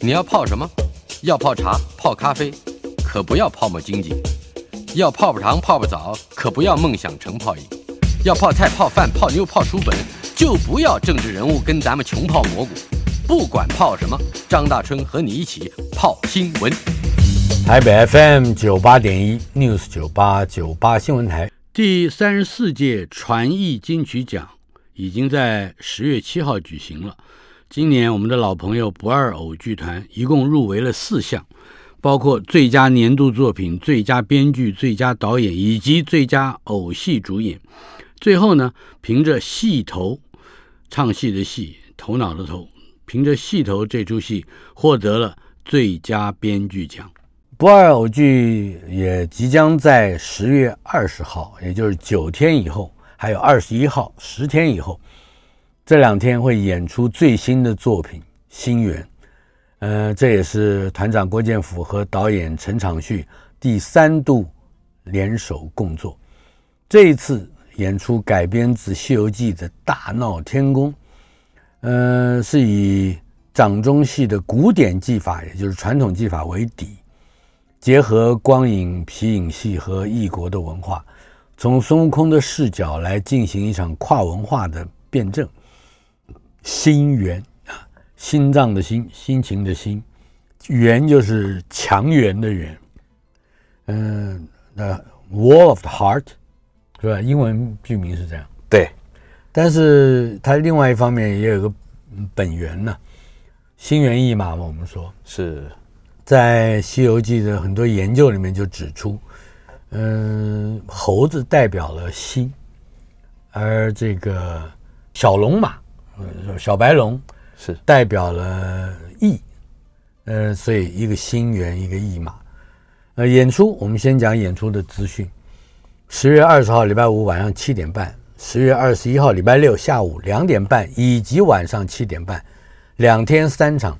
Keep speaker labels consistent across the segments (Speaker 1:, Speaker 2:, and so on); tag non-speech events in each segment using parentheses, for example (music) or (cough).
Speaker 1: 你要泡什么？要泡茶、泡咖啡，可不要泡沫经济；要泡泡糖、泡泡澡，可不要梦想成泡影；要泡菜、泡饭、泡妞、泡书本，就不要政治人物跟咱们穷泡蘑菇。不管泡什么，张大春和你一起泡新闻。
Speaker 2: 台北 FM 九八点一 News 九八九八新闻台，
Speaker 3: 第三十四届传艺金曲奖已经在十月七号举行了。今年我们的老朋友不二偶剧团一共入围了四项，包括最佳年度作品、最佳编剧、最佳导演以及最佳偶戏主演。最后呢，凭着《戏头》唱戏的戏，头脑的头，凭着《戏头》这出戏获得了最佳编剧奖。
Speaker 2: 不二偶剧也即将在十月二十号，也就是九天以后，还有二十一号，十天以后，这两天会演出最新的作品《心源》。呃，这也是团长郭建甫和导演陈长旭第三度联手共作。这一次演出改编自《西游记》的《大闹天宫》，呃，是以掌中戏的古典技法，也就是传统技法为底。结合光影、皮影戏和异国的文化，从孙悟空的视角来进行一场跨文化的辩证。心猿啊，心脏的心，心情的心，猿就是强援的猿。嗯、那 Wall of the Heart 是吧？英文剧名是这样，
Speaker 4: 对，
Speaker 2: 但是它另外一方面也有个本源呢、心猿意马嘛，我们说。
Speaker 4: 是
Speaker 2: 在《西游记》的很多研究里面就指出，嗯、猴子代表了心，而这个小龙马、呃小白龙
Speaker 4: 是
Speaker 2: 代表了意，呃，所以一个心猿，一个意马。呃，演出我们先讲演出的资讯。十月二十号礼拜五晚上七点半，十月二十一号礼拜六下午两点半以及晚上七点半，两天三场。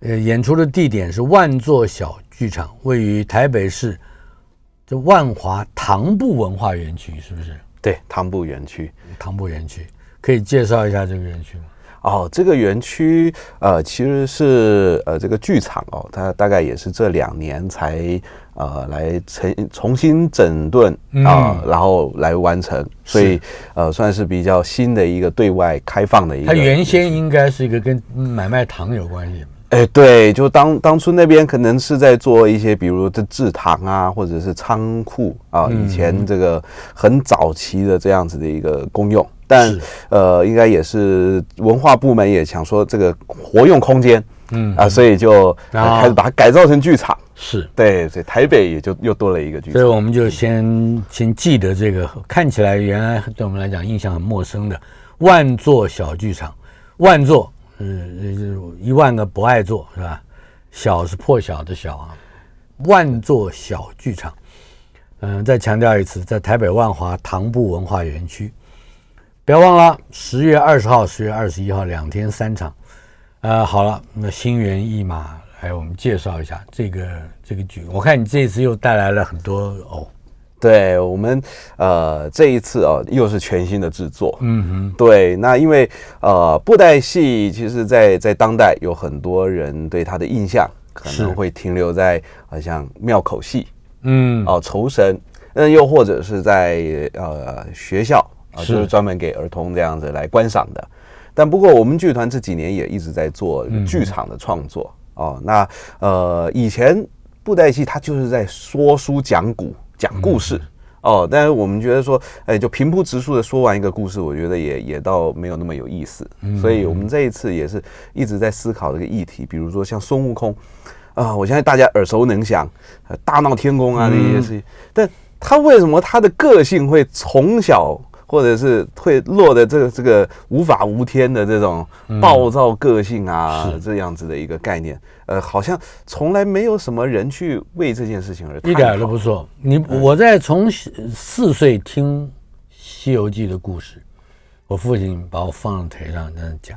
Speaker 2: 呃，演出的地点是万座小剧场，位于台北市这万华唐布文化园区，是不是？
Speaker 4: 对汤布园区。
Speaker 2: 唐布园区可以介绍一下这个园区吗？
Speaker 4: 哦，这个园区呃，其实是呃这个剧场哦，它大概也是这两年才呃来重重新整顿
Speaker 2: 嗯
Speaker 4: 啊、然后来完成，所以呃算是比较新的一个对外开放的一个。
Speaker 2: 它原先应该是一个跟买卖糖有关系的，
Speaker 4: 哎，对，就当当初那边可能是在做一些，比如这制糖啊，或者是仓库啊，以前
Speaker 2: 嗯
Speaker 4: 这个很早期的这样子的一个公用，但
Speaker 2: 是
Speaker 4: 呃，应该也是文化部门也想说这个活用空间，嗯啊，所以就呃
Speaker 2: 啊
Speaker 4: 开始把它改造成剧场，
Speaker 2: 是。
Speaker 4: 对，所以台北也就又多了一个剧
Speaker 2: 所以
Speaker 4: 场，
Speaker 2: 我们就先先记得这个看起来原来对我们来讲印象很陌生的万座小剧场，万座，嗯，呃就是一万个不爱座是吧？小是破晓的小啊，万座小剧场。嗯、再强调一次，在台北万华唐布文化园区。不要忘了，十月二十号、十月二十一号两天三场。呃，好了，那心猿意马，来我们介绍一下这个这个剧。我看你这次又带来了很多偶，
Speaker 4: 对我们呃这一次哦，又是全新的制作，嗯哼，对，那因为呃布袋戏其实在，在当代有很多人对它的印象可
Speaker 2: 是
Speaker 4: 能会停留在好像庙口戏
Speaker 2: 嗯，
Speaker 4: 哦、酬神，那又或者是在呃学校啊、
Speaker 2: 是
Speaker 4: 就是专门给儿童这样子来观赏的。但不过我们剧团这几年也一直在做
Speaker 2: 嗯
Speaker 4: 剧场的创作、哦，那呃以前布袋戏它就是在说书讲古讲故事。
Speaker 2: 嗯
Speaker 4: 哦，但是我们觉得说，哎，就平铺直述的说完一个故事，我觉得也也倒没有那么有意思。
Speaker 2: 嗯
Speaker 4: 所以我们这一次也是一直在思考这个议题，比如说像孙悟空，啊、我相信大家耳熟能详，
Speaker 2: 嗯
Speaker 4: 呃大闹天宫啊这些事情，但他为什么他的个性会从小或者是会落的这个这个无法无天的这种暴躁个性啊，
Speaker 2: 嗯是
Speaker 4: 这样子的一个概念，呃，好像从来没有什么人去为这件事情而探
Speaker 2: 一
Speaker 4: 讨
Speaker 2: 点儿都不错。你我在从小四岁听《西游记》的故事，我父亲把我放到台上这样讲，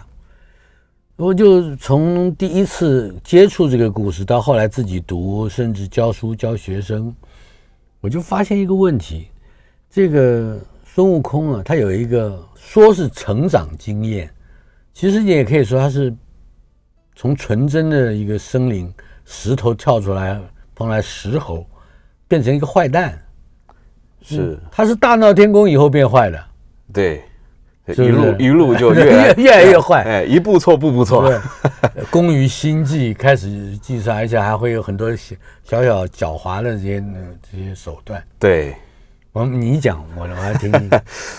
Speaker 2: 我就从第一次接触这个故事到后来自己读，甚至教书教学生，我就发现一个问题：这个孙悟空啊，他有一个说是成长经验，其实你也可以说他是从纯真的一个生灵石头跳出来，碰来石猴，变成一个坏蛋。
Speaker 4: 是
Speaker 2: 他是大闹天宫以后变坏的，
Speaker 4: 对，对
Speaker 2: 是
Speaker 4: 一
Speaker 2: 不
Speaker 4: 路
Speaker 2: 是
Speaker 4: 一路就越来
Speaker 2: (laughs) 越越来越坏
Speaker 4: 哎，一步错步步错，
Speaker 2: 对， (laughs) 攻于心计，开始计算，而且还会有很多小小小狡猾的这些、呃这些手段。
Speaker 4: 对，
Speaker 2: 我你讲，我我还听你，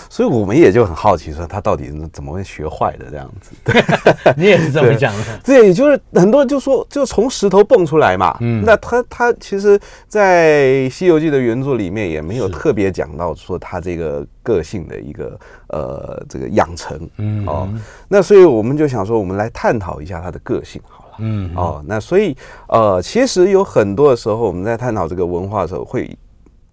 Speaker 4: 所以我们也就很好奇，说他到底是怎么会学坏的这样子。
Speaker 2: 你也是这么讲
Speaker 4: (laughs)
Speaker 2: 的。
Speaker 4: 对，也就是很多人就说，就从石头蹦出来嘛。嗯，那他他其实，在《西游记》的原著里面也没有特别讲到说他这个个性的一个呃这个养成。嗯，哦，那所以我们就想说，我们来探讨一下他的个性好了。
Speaker 2: 嗯，
Speaker 4: 哦，那所以呃，其实有很多的时候，我们在探讨这个文化的时候，会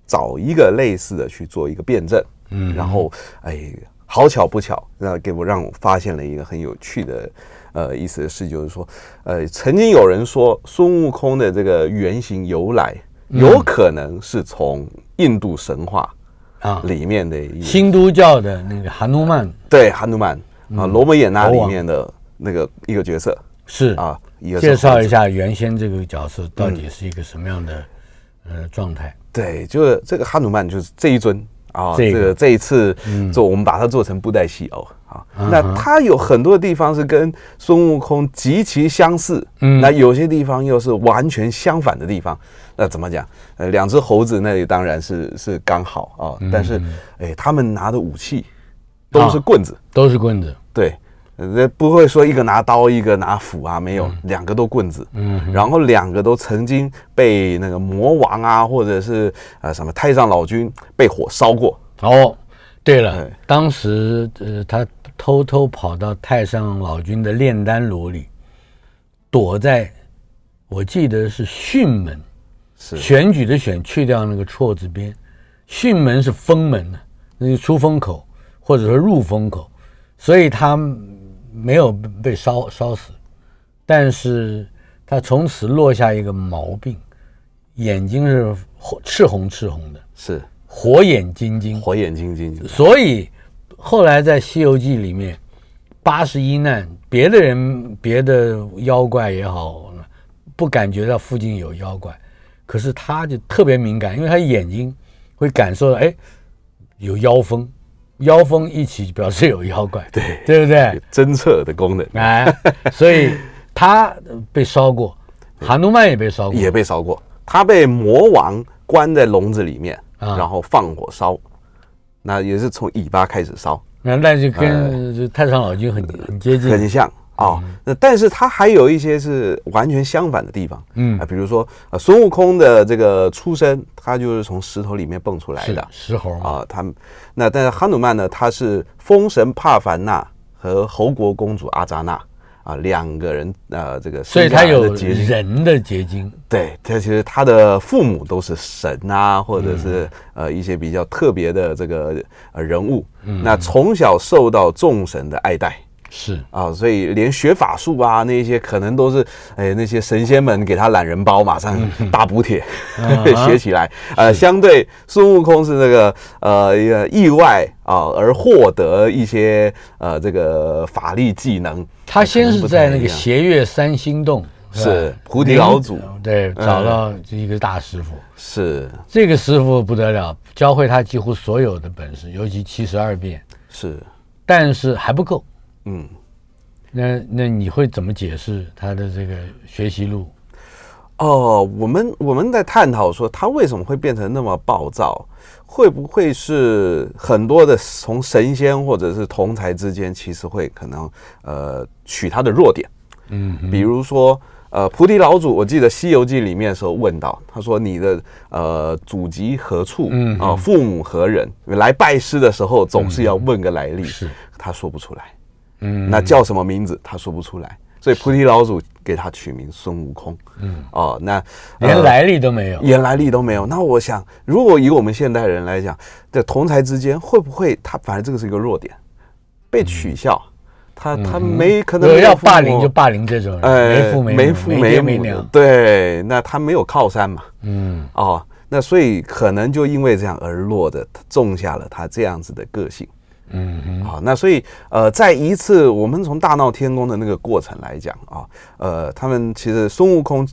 Speaker 4: 找一个类似的去做一个辩证，嗯，然后哎，好巧不巧，那给我让我发现了一个很有趣的呃意思的事，就是说，呃，曾经有人说孙悟空的这个原型由来，
Speaker 2: 嗯
Speaker 4: 有可能是从印度神话
Speaker 2: 啊
Speaker 4: 里面的一个
Speaker 2: 新都教的那个韩努曼
Speaker 4: 对哈努曼啊，罗摩衍那
Speaker 2: 国
Speaker 4: 里
Speaker 2: 嗯王
Speaker 4: 面的那个一个角色
Speaker 2: 是
Speaker 4: 啊，一个是
Speaker 2: 介绍
Speaker 4: 猴
Speaker 2: 一
Speaker 4: 子
Speaker 2: 下原先这个角色到底是一个什么样的、呃状态。
Speaker 4: 对，就是这个哈努曼就是这一尊啊，
Speaker 2: 这
Speaker 4: 这
Speaker 2: 个
Speaker 4: 个这一次做我们把它做成布袋戏偶啊，
Speaker 2: 嗯
Speaker 4: 那它有很多地方是跟孙悟空极其相似，
Speaker 2: 嗯
Speaker 4: 那有些地方又是完全相反的地方。那怎么讲？呃，两只猴子那里当然是是刚好
Speaker 2: 嗯
Speaker 4: 啊，但是哎，他们拿的武器
Speaker 2: 啊
Speaker 4: 都是棍子，
Speaker 2: 都是棍子，
Speaker 4: 对，呃，不会说一个拿刀，一个拿斧啊，没有，两个都棍子，嗯，然后两个都曾经被那个魔王啊，或者是呃什么太上老君被火烧过，
Speaker 2: 哦，对了，
Speaker 4: 哎
Speaker 2: 当时呃，他偷偷跑到太上老君的炼丹炉里，躲在，我记得是巽门，
Speaker 4: 是
Speaker 2: 选举的选去掉那个错字边，巽门是封门呢，那是出风口或者说入风口，所以他没有被烧烧死，但是他从此落下一个毛病，眼睛是红赤红赤红的，
Speaker 4: 是
Speaker 2: 火眼金睛。
Speaker 4: 火眼金睛，
Speaker 2: 所以后来在《西游记》里面，八十一难，别的人、别的妖怪也好，不感觉到附近有妖怪，可是他就特别敏感，因为他眼睛会感受到，哎，有妖风，妖风一起表示有妖怪，对对不对
Speaker 4: 有？侦测的功能
Speaker 2: 哎，所以他被烧过，韩努曼也被烧过，
Speaker 4: 也被烧过，他被魔王关在笼子里面，
Speaker 2: 啊
Speaker 4: 然后放火烧，那也是从尾巴开始烧，
Speaker 2: 那那就跟就太上老君很很接近，
Speaker 4: 哎很像
Speaker 2: 嗯
Speaker 4: 啊、哦那但是它还有一些是完全相反的地方，
Speaker 2: 嗯
Speaker 4: 啊、比如说呃，孙悟空的这个出身，他就是从石头里面蹦出来
Speaker 2: 是
Speaker 4: 的
Speaker 2: 的，石猴嘛，
Speaker 4: 啊、他们那但是哈努曼呢，他是风神帕凡纳和侯国公主阿扎那。啊，两个人，呃，这个
Speaker 2: 所以
Speaker 4: 生下
Speaker 2: 他
Speaker 4: 来
Speaker 2: 有
Speaker 4: 的结晶，
Speaker 2: 人的结晶。
Speaker 4: 对他其实他的父母都是神
Speaker 2: 嗯
Speaker 4: 啊，或者是、呃一些比较特别的这个呃人物，
Speaker 2: 嗯
Speaker 4: 那从小受到众神的爱戴，
Speaker 2: 是
Speaker 4: 啊，所以连学法术啊那一些，可能都是哎那些神仙们给他懒人包，马上大补帖、 (laughs) 学起来。呃，相对孙悟空是那个呃一个意外啊而获得一些呃这个法力技能。
Speaker 2: 他先是在那个
Speaker 4: 邪
Speaker 2: 斜月三星洞，吧
Speaker 4: 是菩提老祖嗯
Speaker 2: 灵对，找到这一个大师傅，
Speaker 4: 是
Speaker 2: 这个师傅不得了，教会他几乎所有的本事，尤其七十二变，
Speaker 4: 是
Speaker 2: 但是还不够。
Speaker 4: 嗯。
Speaker 2: 那那你会怎么解释他的这个学习路？
Speaker 4: 哦，我们我们在探讨说他为什么会变成那么暴躁，会不会是很多的从神仙或者是同才之间，其实会可能呃取他的弱点，嗯，比如说呃，菩提老祖，我记得《西游记》里面的时候问到，他说你的呃祖籍何处？嗯啊、父母何人？来拜师的时候总是要问个来历，
Speaker 2: 嗯是
Speaker 4: 他说不出来。
Speaker 2: 嗯
Speaker 4: 那叫什么名字？他说不出来，所以菩提老祖给他取名孙悟空。嗯，哦，那
Speaker 2: 连
Speaker 4: 呃
Speaker 2: 来历都没有。
Speaker 4: 连来历都没有。那我想，如果以我们现代人来讲，这同才之间会不会他反而这个是一个弱点，被
Speaker 2: 嗯
Speaker 4: 取笑，他他没可能
Speaker 2: 如果嗯
Speaker 4: 没有
Speaker 2: 要
Speaker 4: 父
Speaker 2: 霸凌
Speaker 4: 母
Speaker 2: 就霸凌这种人，
Speaker 4: 呃
Speaker 2: 没父没母
Speaker 4: 没父
Speaker 2: 没
Speaker 4: 没
Speaker 2: 爹
Speaker 4: 母
Speaker 2: 没
Speaker 4: 的
Speaker 2: 娘。
Speaker 4: 对，那他没有靠山嘛，
Speaker 2: 嗯，
Speaker 4: 哦，那所以可能就因为这样而落的种下了他这样子的个性。嗯，好、那所以呃，在一次我们从大闹天宫的那个过程来讲啊，呃，他们其实孙悟空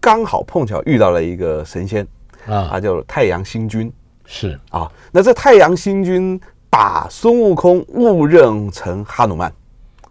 Speaker 4: 刚好碰巧遇到了一个神仙，
Speaker 2: 啊
Speaker 4: 他叫太阳星君
Speaker 2: 是
Speaker 4: 啊。那这太阳星君把孙悟空误认成哈努曼，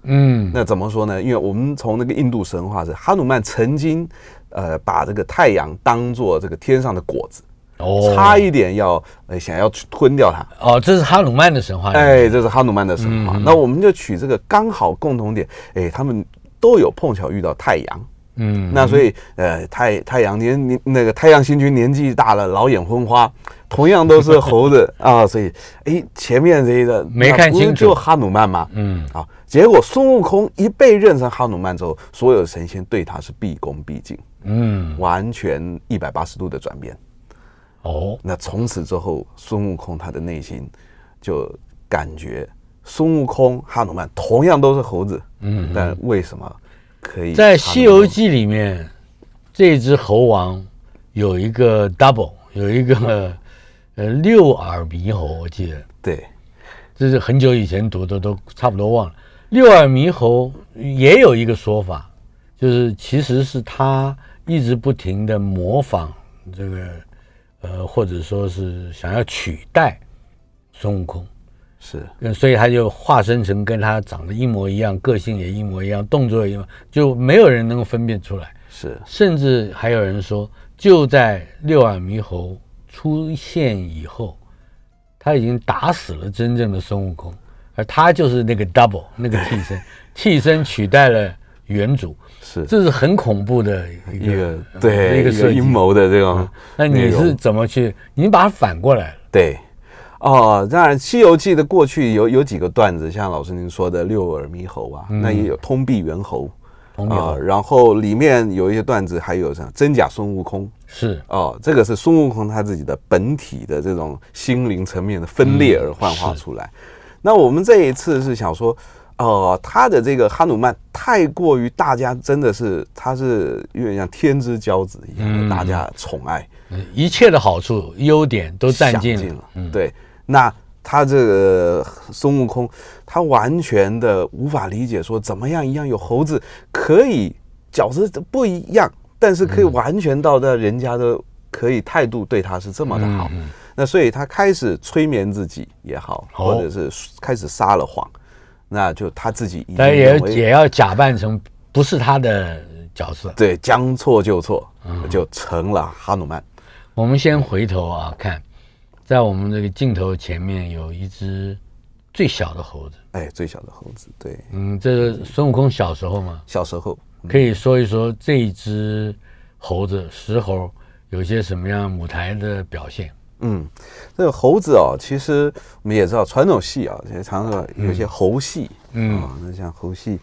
Speaker 2: 嗯
Speaker 4: 那怎么说呢？因为我们从那个印度神话是哈努曼曾经，呃，把这个太阳当做这个天上的果子，
Speaker 2: 哦
Speaker 4: 差一点要呃想要去吞掉它。
Speaker 2: 哦，这是哈鲁曼的神话里面。
Speaker 4: 哎，这是哈努曼的神话。那我们就取这个刚好共同点，哎，他们都有碰巧遇到太阳。
Speaker 2: 嗯
Speaker 4: 那所以，呃，太太阳年年那个太阳星君年纪大了，老眼昏花，同样都是猴
Speaker 2: (laughs)
Speaker 4: 子啊，所以，哎，前面这个
Speaker 2: 没
Speaker 4: 那
Speaker 2: 看
Speaker 4: 不是
Speaker 2: 清楚
Speaker 4: 就哈努曼吗？
Speaker 2: 嗯
Speaker 4: 啊，结果孙悟空一被认成哈努曼之后，所有神仙对他是毕恭毕敬，
Speaker 2: 嗯
Speaker 4: 完全一百八十度的转变。
Speaker 2: 哦
Speaker 4: 那从此之后，孙悟空他的内心就感觉孙悟空、哈努曼同样都是猴子，嗯，但为什么可以
Speaker 2: 在《
Speaker 4: 差那么
Speaker 2: 西
Speaker 4: 多
Speaker 2: 游记》里面，这只猴王有一个 double，有一个呃六耳猕猴，我记得
Speaker 4: 对
Speaker 2: 这是很久以前读的，都差不多忘了。六耳猕猴也有一个说法，就是其实是他一直不停的模仿这个呃，或者说是想要取代孙悟空。
Speaker 4: 是
Speaker 2: 嗯，所以他就化身成跟他长得一模一样，个性也一模一样，动作也一模，就没有人能够分辨出来。
Speaker 4: 是
Speaker 2: 甚至还有人说，就在六耳猕猴出现以后，他已经打死了真正的孙悟空，而他就是那个 double 那个替身， (laughs) 替身取代了原主，
Speaker 4: 是
Speaker 2: 这是很恐怖的一
Speaker 4: 一
Speaker 2: 个
Speaker 4: 个对
Speaker 2: 一个设计嗯
Speaker 4: 阴。谋的这种
Speaker 2: 那你
Speaker 4: 内容
Speaker 2: 是怎么去？你把它反过来了，
Speaker 4: 对。哦，当然，《西游记》的过去有有几个段子，像老师您说的六耳猕猴啊，
Speaker 2: 嗯
Speaker 4: 那也有通臂猿猴
Speaker 2: 朋友、
Speaker 4: 啊然后里面有一些段子，还有像真假孙悟空，
Speaker 2: 是
Speaker 4: 哦，这个是孙悟空他自己的本体的这种心灵层面的分裂而幻化出来。那我们这一次是想说，呃，他的这个哈努曼太过于大家真的是他是有点像天之骄子一样
Speaker 2: 嗯
Speaker 4: 的大家宠爱，
Speaker 2: 一切的好处、优点都占
Speaker 4: 享
Speaker 2: 尽
Speaker 4: 尽
Speaker 2: 了。嗯
Speaker 4: 对，那他这个孙悟空，他完全的无法理解，说怎么样一样有猴子可以角色不一样，但是可以完全到的人家的可以态度对他是这么的好。
Speaker 2: 嗯
Speaker 4: 那所以他开始催眠自己也好，
Speaker 2: 哦
Speaker 4: 或者是开始撒了谎，那就他自己已经
Speaker 2: 但也
Speaker 4: 认为
Speaker 2: 也要假扮成不是他的角色。
Speaker 4: 对将错就错，
Speaker 2: 嗯
Speaker 4: 就成了哈努曼。
Speaker 2: 我们先回头啊看，在我们这个镜头前面有一只最小的猴子，
Speaker 4: 哎，最小的猴子，对，
Speaker 2: 嗯，这是孙悟空小时候嘛，
Speaker 4: 小时候，
Speaker 2: 可以说一说这一只猴子石猴有些什么样舞台的表现？
Speaker 4: 嗯，这个猴子哦，其实我们也知道传统戏啊，也常说有一些猴戏，嗯，啊、那像猴戏，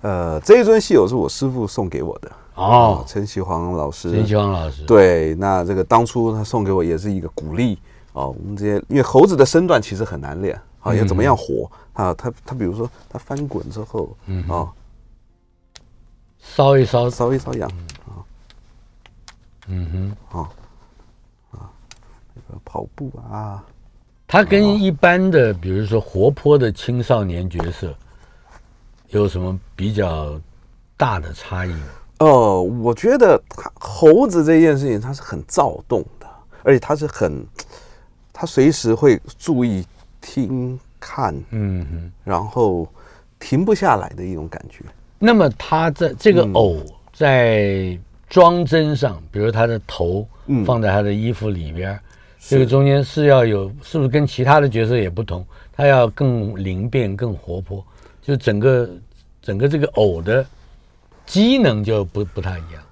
Speaker 4: 呃，这一尊戏偶是我师傅送给我的，啊
Speaker 2: 哦，
Speaker 4: 陈其煌老师，
Speaker 2: 陈希望老师，
Speaker 4: 对，那这个当初他送给我也是一个鼓励哦。我们这些因为猴子的身段其实很难练，啊，
Speaker 2: 嗯
Speaker 4: 要怎么样活啊？他他比如说他翻滚之后，嗯，哦，
Speaker 2: 搔一搔，
Speaker 4: 搔一搔痒，啊
Speaker 2: 嗯哼，
Speaker 4: 啊跑步啊，
Speaker 2: 它跟一般的比如说活泼的青少年角色有什么比较大的差异吗？
Speaker 4: 哦，我觉得他猴子这件事情，它是很躁动的，而且它是很，它随时会注意听看，
Speaker 2: 嗯哼。
Speaker 4: 然后停不下来的一种感觉。
Speaker 2: 那么他在这
Speaker 4: 嗯
Speaker 2: 个偶在装帧上，比如他的头
Speaker 4: 嗯
Speaker 2: 放在他的衣服里边儿，这个中间是要有，是不是跟其他的角色也不同？他要更灵便、更活泼，就整个整个这个偶的机能就不不太一样。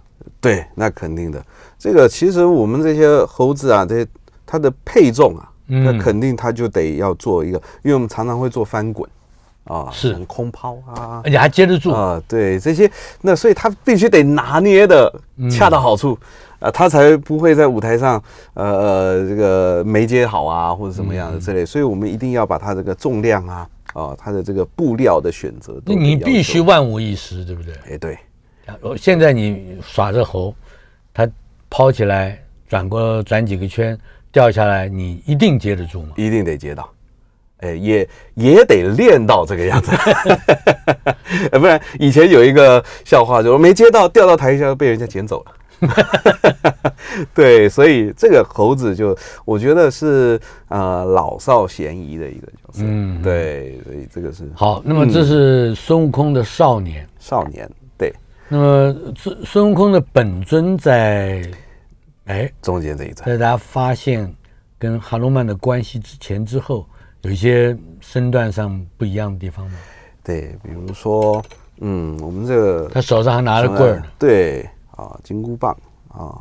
Speaker 4: 对，那肯定的。这个其实我们这些猴子啊，这些它的配重啊，
Speaker 2: 嗯
Speaker 4: 那肯定它就得要做一个，因为我们常常会做翻滚啊，
Speaker 2: 是
Speaker 4: 像空抛啊
Speaker 2: 而且还接得住，
Speaker 4: 啊，对这些，那所以它必须得拿捏的
Speaker 2: 嗯
Speaker 4: 恰到好处。啊，它才不会在舞台上，呃呃，这个没接好啊，或者怎么样
Speaker 2: 嗯
Speaker 4: 的之类，所以我们一定要把它这个重量啊，啊，它的这个布料的选择都得
Speaker 2: 你
Speaker 4: 要求
Speaker 2: 必须，万无一失，对不对？
Speaker 4: 哎，对，
Speaker 2: 然后现在你耍着猴，它抛起来转过转几个圈掉下来，你一定接得住吗？
Speaker 4: 一定得接到，哎，也也得练到这个样子， (laughs) 哎不然以前有一个笑话，就是没接到掉到台下被人家捡走了。 (laughs) 对，所以这个猴子就我觉得是呃老少咸宜的一个角色，
Speaker 2: 嗯
Speaker 4: 对，所以这个是
Speaker 2: 好，那么这是孙悟空的少年。
Speaker 4: 少年，对，
Speaker 2: 那么孙孙悟空的本尊在，哎，
Speaker 4: 中间这一段，
Speaker 2: 在他发现跟哈罗曼的关系之前之后，有一些身段上不一样的地方吗？
Speaker 4: 对，比如说，嗯，我们这个
Speaker 2: 他手上还拿着棍儿呢，
Speaker 4: 对啊，金箍棒啊，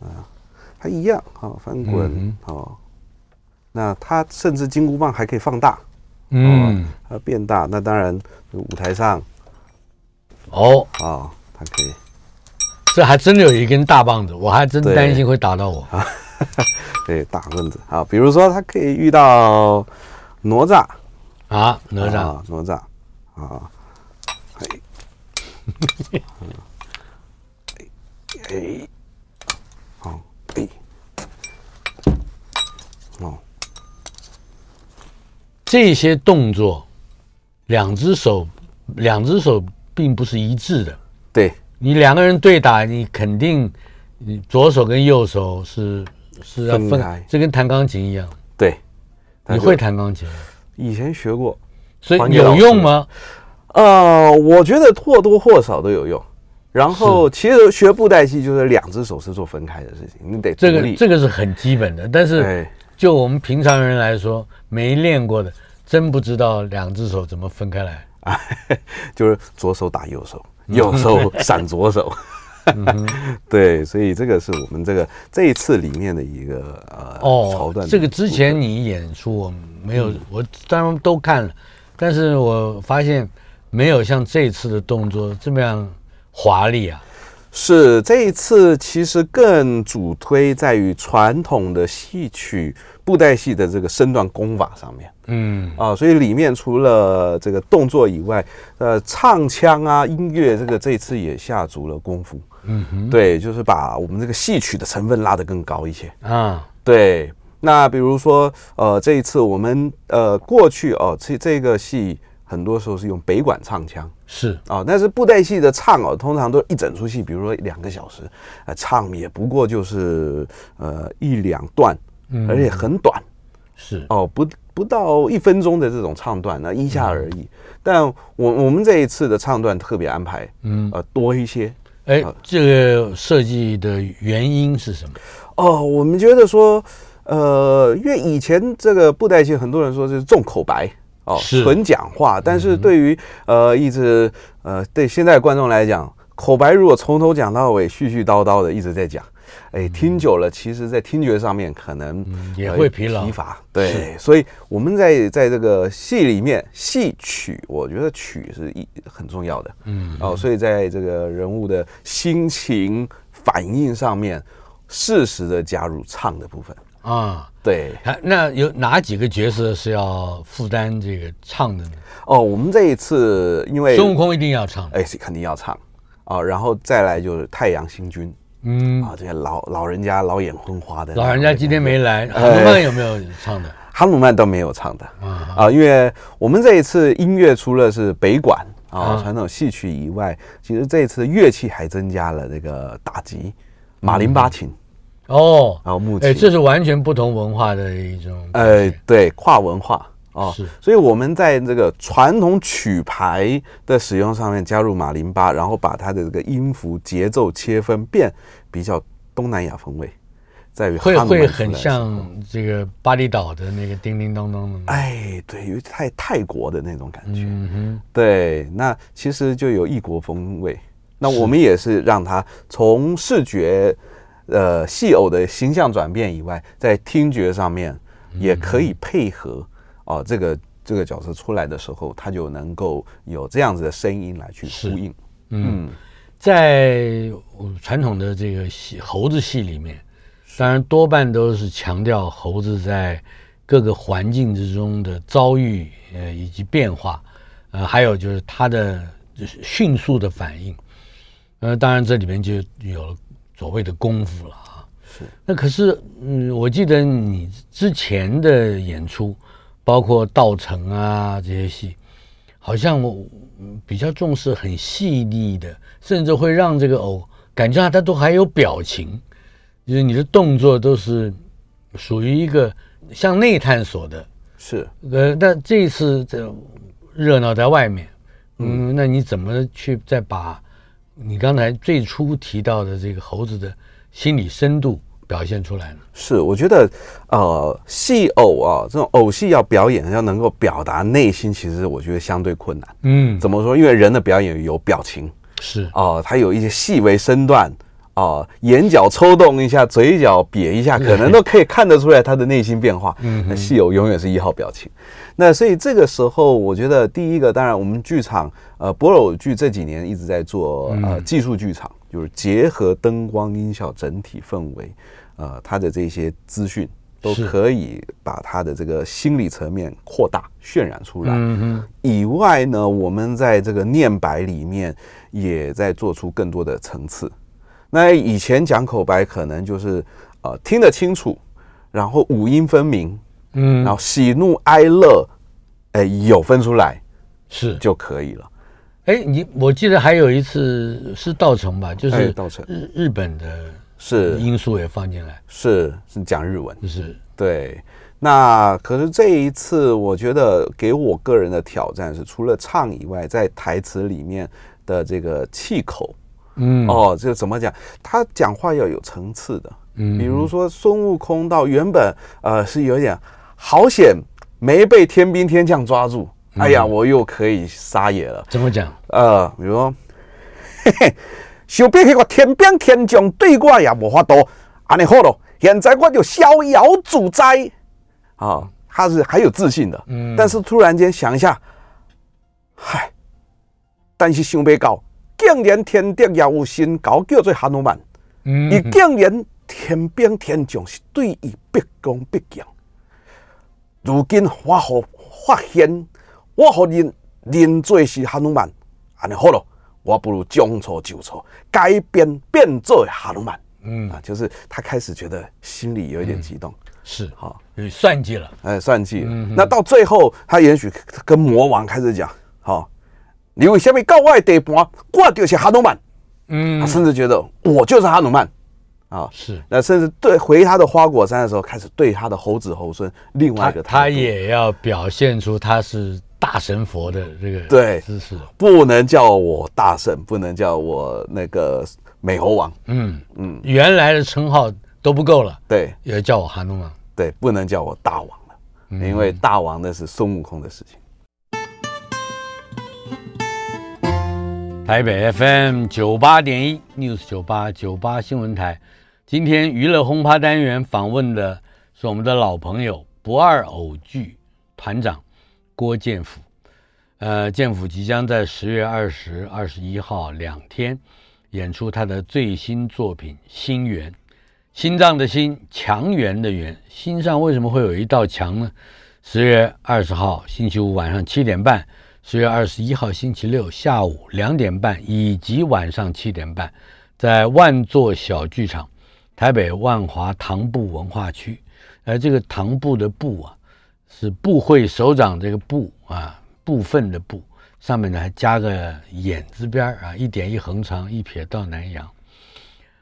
Speaker 4: 啊，它一样啊，翻滚
Speaker 2: 嗯
Speaker 4: 哦、那它甚至金箍棒还可以放大，啊
Speaker 2: 嗯，
Speaker 4: 它变大。那当然，舞台上
Speaker 2: 哦，
Speaker 4: 啊，它可以。
Speaker 2: 这还真的有一根大棒子，我还真担心会打到我。
Speaker 4: 对，大棍子啊，比如说它可以遇到哪吒，
Speaker 2: 啊，哪吒，
Speaker 4: 啊，哪吒啊，哎，嗯哎，哎，哦，哎，哦，
Speaker 2: 这些动作，两只手，两只手并不是一致的。
Speaker 4: 对，
Speaker 2: 你两个人对打，你肯定，你左手跟右手是是要
Speaker 4: 分开
Speaker 2: 分，这跟弹钢琴一样。
Speaker 4: 对，
Speaker 2: 你会弹钢琴吗，
Speaker 4: 以前学过，
Speaker 2: 所
Speaker 4: 还
Speaker 2: 以
Speaker 4: 给老
Speaker 2: 有
Speaker 4: 师
Speaker 2: 用吗？
Speaker 4: 呃，我觉得或多或少都有用。然后，其实学布袋戏就是两只手是做分开的事情，你得
Speaker 2: 这
Speaker 4: 独
Speaker 2: 个
Speaker 4: 立
Speaker 2: 这个是很基本的，但是
Speaker 4: 哎，
Speaker 2: 就我们平常人来说，没练过的，真不知道两只手怎么分开来。
Speaker 4: 啊就是左手打右手，
Speaker 2: 嗯
Speaker 4: 右
Speaker 2: (laughs)
Speaker 4: 手闪左手。 (laughs) 对，所以这个是我们这个这一次里面的一个呃、桥
Speaker 2: 哦
Speaker 4: 段嗯的，
Speaker 2: 这个之前
Speaker 4: 部
Speaker 2: 你演出我没有，我当然都看了，但是我发现没有像这次的动作这么样华丽啊。
Speaker 4: 分是这一次其实更主推在于传统的戏曲布袋戏的这个身段功法上面。
Speaker 2: 嗯，
Speaker 4: 啊，所以里面除了这个动作以外，呃，唱腔啊、音乐这个这一次也下足了功夫。嗯哼，对，就是把我们这个戏曲的成分拉得更高一些。
Speaker 2: 啊，
Speaker 4: 对，那比如说，呃，这一次我们呃过去哦，这这个戏很多时候是用北管唱腔。
Speaker 2: 是
Speaker 4: 啊、但是布袋戏的唱哦，通常都一整出戏，比如说两个小时，呃，唱也不过就是呃一两段，而且很短，
Speaker 2: 嗯是，
Speaker 4: 哦，不不到一分钟的这种唱段，那一下而已。但我我们这一次的唱段特别安排，嗯，呃，多一些。
Speaker 2: 哎，这个设计的原因是什么？
Speaker 4: 哦，我们觉得说，呃，因为以前这个布袋戏，很多人说是重口白。哦，
Speaker 2: 是
Speaker 4: 纯讲话，但是对于、呃，一直呃，对现在观众来讲，口白如果从头讲到尾，絮絮叨叨的一直在讲，哎，听久了，其实在听觉上面可能、
Speaker 2: 嗯也
Speaker 4: 呃
Speaker 2: 会疲劳
Speaker 4: 疲乏。对，所以我们在在这个戏里面，戏曲，我觉得曲是一很重要的。嗯，哦，所以在这个人物的心情反应上面，适时的加入唱的部分。
Speaker 2: 啊，
Speaker 4: 对，
Speaker 2: 还那有哪几个角色是要负担这个唱的呢？
Speaker 4: 哦，我们这一次因为
Speaker 2: 孙悟空一定要唱，
Speaker 4: 哎是肯定要唱啊、然后再来就是太阳星君
Speaker 2: 嗯，
Speaker 4: 啊、这些老老人家老眼昏花的
Speaker 2: 老人家今天没来，
Speaker 4: 哎
Speaker 2: 哈罗曼有没有唱的？
Speaker 4: 哈姆曼都没有唱的啊，因为我们这一次音乐除了是北管啊
Speaker 2: 啊
Speaker 4: 传统戏曲以外，其实这一次乐器还增加了这个打击、马林巴琴
Speaker 2: 哦，
Speaker 4: 啊木
Speaker 2: 哎，这
Speaker 4: 琴，
Speaker 2: 是完全不同文化的一种感
Speaker 4: 呃
Speaker 2: 觉，
Speaker 4: 对跨文化啊
Speaker 2: 是，
Speaker 4: 所以我们在这个传统曲牌的使用上面加入马林巴，然后把它的这个音符、节奏切分变比较东南亚风味，在于
Speaker 2: 会
Speaker 4: 哈姆曼
Speaker 2: 会
Speaker 4: 出来
Speaker 2: 很
Speaker 4: 的时候
Speaker 2: 像这个巴厘岛的那个叮叮当当的吗，
Speaker 4: 哎对，有泰泰国的那种感觉。
Speaker 2: 嗯哼，
Speaker 4: 对，那其实就有异国风味那我们也是让他从视觉，呃，戏偶的形象转变以外，在听觉上面也可以配合哦、这个这个角色出来的时候，他就能够有这样子的声音来去呼应。
Speaker 2: 嗯，在我们传统的这个戏猴子戏里面，当然多半都是强调猴子在各个环境之中的遭遇，呃，以及变化，呃，还有就是它的就是迅速的反应。呃，当然这里面就有了所谓的功夫了啊。是。那可是，嗯，我记得你之前的演出，包括《稻城》啊这些戏，好像我嗯比较重视很细腻的，甚至会让这个偶感觉到啊它都还有表情，就是你的动作都是属于一个向内探索的。
Speaker 4: 是，
Speaker 2: 呃，那这一次这呃热闹在外面，嗯，那你怎么去再把你刚才最初提到的这个猴子的心理深度表现出来呢？
Speaker 4: 是，我觉得，呃，戏偶啊，这种偶戏要表演，要能够表达内心，其实我觉得相对困难。
Speaker 2: 嗯，
Speaker 4: 怎么说？因为人的表演有表情
Speaker 2: 是
Speaker 4: 哦、他有一些细微身段哦、眼角抽动一下，嘴角瘪一下，可能都可以看得出来他的内心变化。嗯，那戏偶永远是一号表情。那所以这个时候，我觉得第一个，当然我们剧场，呃，博偶剧这几年一直在做
Speaker 2: 嗯
Speaker 4: 呃技术剧场，就是结合灯光、音效、整体氛围，呃，它的这些资讯都
Speaker 2: 是
Speaker 4: 可以把它的这个心理层面扩大渲染出
Speaker 2: 嗯
Speaker 4: 来。以外呢，我们在这个念白里面也在做出更多的层次。那以前讲口白可能就是呃听得清楚，然后五音分明，嗯，然后喜怒哀乐，哎、有分出来
Speaker 2: 是，
Speaker 4: 就可以了。
Speaker 2: 哎，你我记得还有一次是稻城吧，就
Speaker 4: 哎
Speaker 2: 是
Speaker 4: 稻城
Speaker 2: 日日本的
Speaker 4: 是
Speaker 2: 因素也放进来，
Speaker 4: 是是讲日文，
Speaker 2: 就是
Speaker 4: 对。那可是这一次，我觉得给我个人的挑战是，除了唱以外，在台词里面的这个气口，
Speaker 2: 嗯
Speaker 4: 哦，这个怎么讲？他讲话要有层次的，嗯，比如说孙悟空到原本呃是有点好险没被天兵天将抓住，哎呀，我又可以撒野了，
Speaker 2: 怎么讲？
Speaker 4: 呃，比如说， (laughs) 嘿嘿，想必那个天兵天将对我也无法度，安尼好咯，现在我就逍遥自在啊，他是还有自信的，嗯，但是突然间想一下，嗨，但是想不到，竟然天敌也有神狗叫做韩努曼，
Speaker 2: 嗯
Speaker 4: 伊竟然天兵天将是对伊毕恭毕敬。如今我互发现，我互认认做是哈努曼，安尼好咯，我不如将错就错，改变变做哈努曼。嗯啊，就是他开始觉得心里有一点激动，
Speaker 2: 是
Speaker 4: 好，
Speaker 2: 有算计了，
Speaker 4: 哎，算计了。
Speaker 2: 嗯
Speaker 4: 那到最后，他也许跟魔王开始讲，好、你为什么到我的地盘，我就是哈努曼。
Speaker 2: 嗯
Speaker 4: 他甚至觉得我就是哈努曼啊。
Speaker 2: 是，
Speaker 4: 那甚至对回他的花果山的时候，开始对他的猴子猴孙另外
Speaker 2: 他
Speaker 4: 一个态
Speaker 2: 他
Speaker 4: 度
Speaker 2: 也要表现出他是大神佛的这个
Speaker 4: 对
Speaker 2: 姿势，
Speaker 4: 不能叫我大圣，不能叫我那个美猴王，
Speaker 2: 嗯嗯，原来的称号都不够了，
Speaker 4: 对
Speaker 2: 也叫我韩东啊。
Speaker 4: 对，不能叫我大王了，
Speaker 2: 嗯
Speaker 4: 因为大王那是孙悟空的事情。
Speaker 2: 台北 FM 九八点一 News 九八九八新闻台，今天娱乐轰趴单元访问的是我们的老朋友不二偶剧团长郭建甫。呃，建甫即将在十月二十、二十一号两天演出他的最新作品《心源》，心脏的心，强援的援，心上为什么会有一道墙呢？十月二十号星期五晚上七点半，十月二十一号星期六下午两点半以及晚上七点半，在万座小剧场，台北万华堂步文化区。呃，这个堂步的步啊，是部会首长这个部啊，部分的部，上面呢还加个眼字边儿啊，一点一横长，一撇到南洋。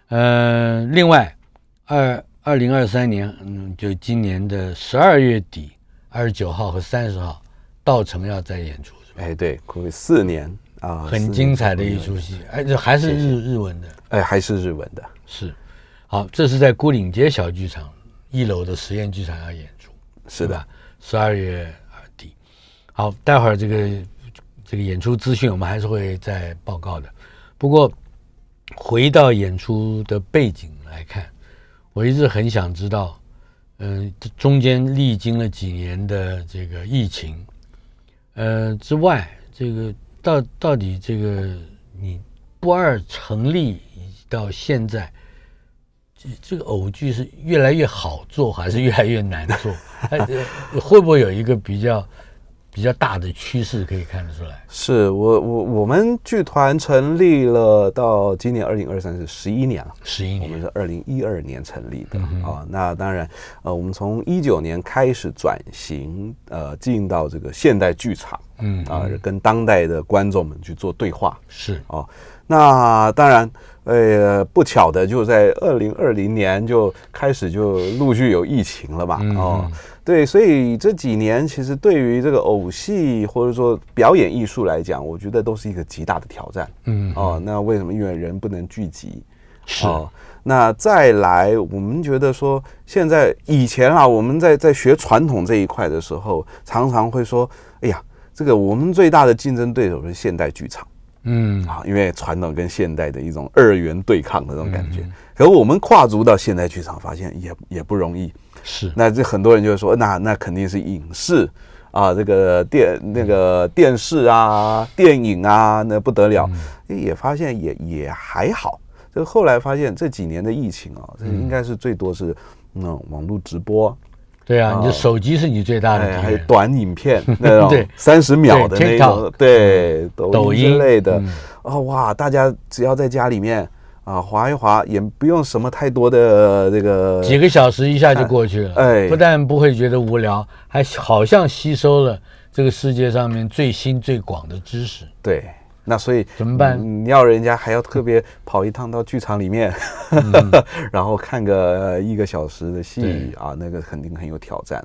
Speaker 2: 呃，另外，二二零二三年，嗯，就今年的十二月底，二十九号和三十号，稻城要再演出，是吧？
Speaker 4: 哎，对，过去四年啊，四
Speaker 2: 很
Speaker 4: 年
Speaker 2: 精彩的一出戏，而且还是日日文的，
Speaker 4: 哎，还是日文的，
Speaker 2: 是。好，这是在牯岭街小剧场一楼的实验剧场要演出，
Speaker 4: 是的，
Speaker 2: 十二月底。好，待会儿这个这个演出资讯我们还是会再报告的。不过回到演出的背景来看，我一直很想知道，嗯、这中间历经了几年的这个疫情，呃之外，这个到到底这个你不二成立到现在，这这个偶剧是越来越好做还是越来越难做？ (laughs) 还呃会不会有一个比较比较大的趋势可以看得出来？
Speaker 4: 是我我我们剧团成立了到今年二零二三是十一年了。
Speaker 2: 十一
Speaker 4: 我们
Speaker 2: 年，
Speaker 4: 是二零一二年成立
Speaker 2: 嗯
Speaker 4: 的啊、那当然，呃，我们从一九年开始转型，呃，进到这个现代剧场
Speaker 2: 嗯
Speaker 4: 啊、跟当代的观众们去做对话。
Speaker 2: 是
Speaker 4: 那当然，呃，不巧的就在二零二零年就开始就陆续有疫情了嘛，
Speaker 2: 嗯
Speaker 4: 哦，对，所以这几年其实对于这个偶戏或者说表演艺术来讲，我觉得都是一个极大的挑战，
Speaker 2: 嗯
Speaker 4: 哦，那为什么因为人不能聚集？
Speaker 2: 是
Speaker 4: 哦，那再来，我们觉得说，现在以前啊，我们在在学传统这一块的时候，常常会说，哎呀，这个我们最大的竞争对手是现代剧场。
Speaker 2: 嗯
Speaker 4: 啊，因为传统跟现代的一种二元对抗的那种感觉。可我们跨足到现代剧场，发现也也不容易。
Speaker 2: 是
Speaker 4: 那这很多人就会说，那那肯定是影视啊，这个电那个电视啊、电影啊，那不得了。也发现也也还好。就后来发现这几年的疫情啊，这应该是最多是嗯网络直播，
Speaker 2: 对啊，你的
Speaker 4: 哦
Speaker 2: 手机是你最大的
Speaker 4: 哎，
Speaker 2: 敌
Speaker 4: 还有
Speaker 2: 人。
Speaker 4: 短影片
Speaker 2: (laughs)
Speaker 4: 那
Speaker 2: 对
Speaker 4: 种三十秒的那
Speaker 2: 对
Speaker 4: 种
Speaker 2: TikTok，，
Speaker 4: 对，
Speaker 2: 抖
Speaker 4: 抖
Speaker 2: 音
Speaker 4: 音之类的
Speaker 2: 嗯，
Speaker 4: 哦哇，大家只要在家里面啊滑一滑，也不用什么太多的这个
Speaker 2: 几个小时一下就过去了，
Speaker 4: 呃哎
Speaker 2: 不但不会觉得无聊，还好像吸收了这个世界上面最新最广的知识。
Speaker 4: 对。那所以
Speaker 2: 怎么办
Speaker 4: 嗯你要人家还要特别跑一趟到剧场里面， (laughs) 然后看个呃一个小时的戏
Speaker 2: 嗯对
Speaker 4: 啊，那个肯定很有挑战。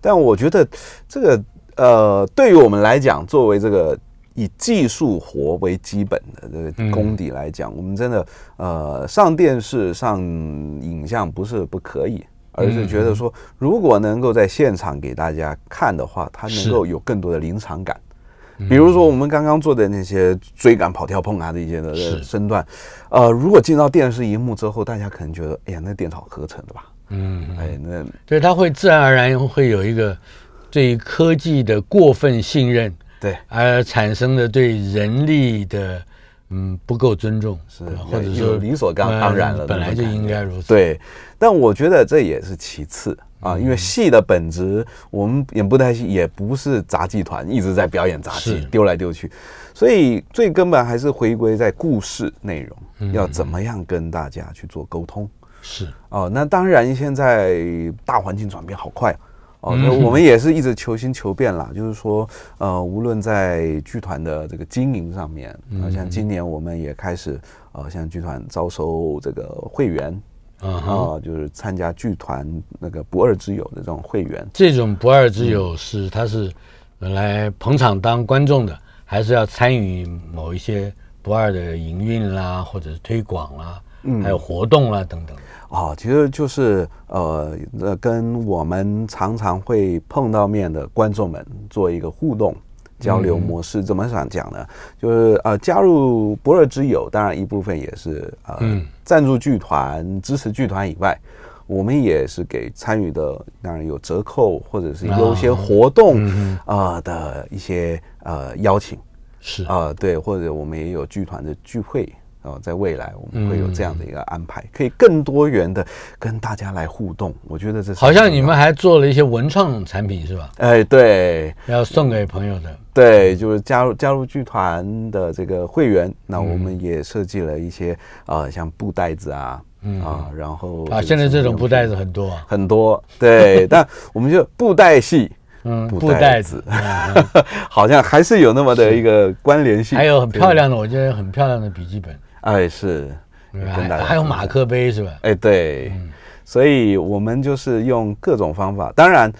Speaker 4: 但我觉得这个呃，对于我们来讲，作为这个以技术活为基本的这个功底来讲，我们真的呃上电视、上影像不是不可以，
Speaker 2: 嗯
Speaker 4: 而是觉得说，如果能够在现场给大家看的话，它
Speaker 2: 是嗯
Speaker 4: 能够有更多的临场感。比如说我们刚刚做的那些追赶、跑、跳、碰啊的一些的
Speaker 2: 是
Speaker 4: 身段，呃，如果进到电视荧幕之后，大家可能觉得，哎呀，那电脑合成的吧？
Speaker 2: 嗯，
Speaker 4: 哎，那
Speaker 2: 对，它会自然而然会有一个对科技的过分信任，
Speaker 4: 对，
Speaker 2: 而产生的对人力的嗯不够尊重，
Speaker 4: 是
Speaker 2: 呃或者
Speaker 4: 有
Speaker 2: 说
Speaker 4: 理所当
Speaker 2: 呃
Speaker 4: 当然了
Speaker 2: 本来就
Speaker 4: 那种感觉
Speaker 2: 应该如此。，
Speaker 4: 对，但我觉得这也是其次啊，因为戏的本质，我们演布袋戏也不是杂技团一直在表演杂
Speaker 2: 是
Speaker 4: 技，丢来丢去，所以最根本还是回归在故事内容，要怎么样跟大家去做沟通。
Speaker 2: 是
Speaker 4: 哦，那当然，现在大环境转变好快啊哦，那我们也是一直求新求变啦。就是说，呃，无论在剧团的这个经营上面，啊、像今年我们也开始，呃，像剧团招收这个会员
Speaker 2: 啊
Speaker 4: 啊、
Speaker 2: 哈，
Speaker 4: 就是参加剧团那个不二之友的这种会员。
Speaker 2: 这种不二之友是他是本来捧场当观众的，还是要参与某一些不二的营运啦，或者是推广啦，
Speaker 4: 嗯
Speaker 2: 还有活动啦等等。
Speaker 4: 哦，其实就是呃，那跟我们常常会碰到面的观众们做一个互动交流模式。怎么想讲呢？就是呃，加入不二之友，当然一部分也是呃、赞助剧团、支持剧团以外。我们也是给参与的，当然有折扣或者是优先活动，啊的一些呃邀请，
Speaker 2: 是
Speaker 4: 啊、对，或者我们也有剧团的聚会，啊，在未来我们会有这样的一个安排，可以更多元的跟大家来互动。我觉得这是
Speaker 2: 好像
Speaker 4: 很重
Speaker 2: 你
Speaker 4: 要
Speaker 2: 们还做了一些文创产品是吧？
Speaker 4: 哎，对
Speaker 2: 要送给朋友的。
Speaker 4: 对，就是加入加入剧团的这个会员，那我
Speaker 2: 嗯
Speaker 4: 们也设计了一些呃，像布袋子啊，啊，然后
Speaker 2: 嗯啊，
Speaker 4: 个
Speaker 2: 现在
Speaker 4: 什么
Speaker 2: 这种
Speaker 4: 用
Speaker 2: 布
Speaker 4: 品
Speaker 2: 袋子很多啊，
Speaker 4: 很多，对，但我们就布袋戏。 (laughs)
Speaker 2: 嗯，
Speaker 4: 布
Speaker 2: 布袋
Speaker 4: 袋
Speaker 2: 子
Speaker 4: 子，
Speaker 2: 嗯嗯
Speaker 4: 好像还是有那么的一个关联性，
Speaker 2: 还有很
Speaker 4: 对
Speaker 2: 漂，亮的，我觉得很漂亮的笔记本，
Speaker 4: 哎是，
Speaker 2: 对吧
Speaker 4: 跟大
Speaker 2: 还
Speaker 4: 家
Speaker 2: 还有
Speaker 4: 分
Speaker 2: 马
Speaker 4: 享
Speaker 2: 克杯是吧？
Speaker 4: 哎，对，
Speaker 2: 嗯
Speaker 4: 所以我们就是用各种方法。当然，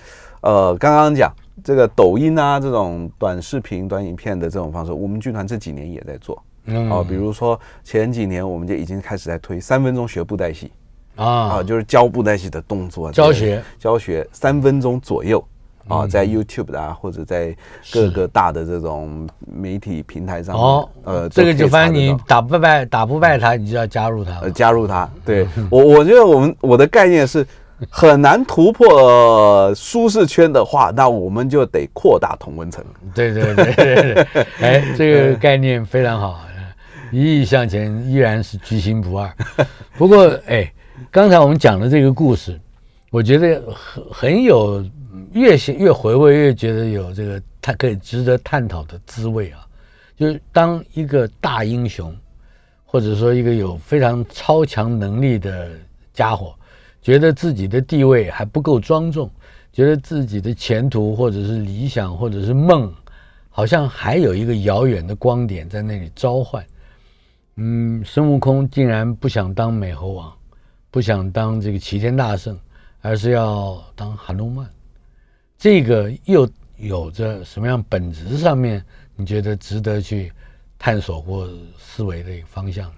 Speaker 4: 呃，刚刚讲这个抖音啊，这种短视频、短影片的这种方式，我们剧团这几年也在做。
Speaker 2: 嗯
Speaker 4: 哦、比如说前几年我们就已经开始在推三分钟学布袋戏啊、
Speaker 2: 啊，
Speaker 4: 就是教布袋戏的动作
Speaker 2: 教学嗯
Speaker 4: 教学三分钟左右。啊，在 YouTube 啊，或者在各个大的这种媒体平台上面，
Speaker 2: 哦，
Speaker 4: 呃，
Speaker 2: 这个
Speaker 4: 都可以
Speaker 2: 就反正
Speaker 4: 查得
Speaker 2: 你
Speaker 4: 到
Speaker 2: 打不败打不败他，你就要加入他了
Speaker 4: 呃，加入它。对我，我觉得我们我的概念是很难突破呃舒适圈的话，那我们就得扩大同温层。
Speaker 2: (laughs) 对对对对对，哎，这个概念非常好，一意向前依然是居心不二。不过，哎，刚才我们讲的这个故事，我觉得很很有，越想越回味，越觉得有这个探可以值得探讨的滋味啊。就是当一个大英雄，或者说一个有非常超强能力的家伙，觉得自己的地位还不够庄重，觉得自己的前途或者是理想或者是梦，好像还有一个遥远的光点在那里召唤。嗯，孙悟空竟然不想当美猴王，不想当这个齐天大圣，而是要当哈努曼。这个又有着什么样本质上面，你觉得值得去探索或思维的一个方向呢？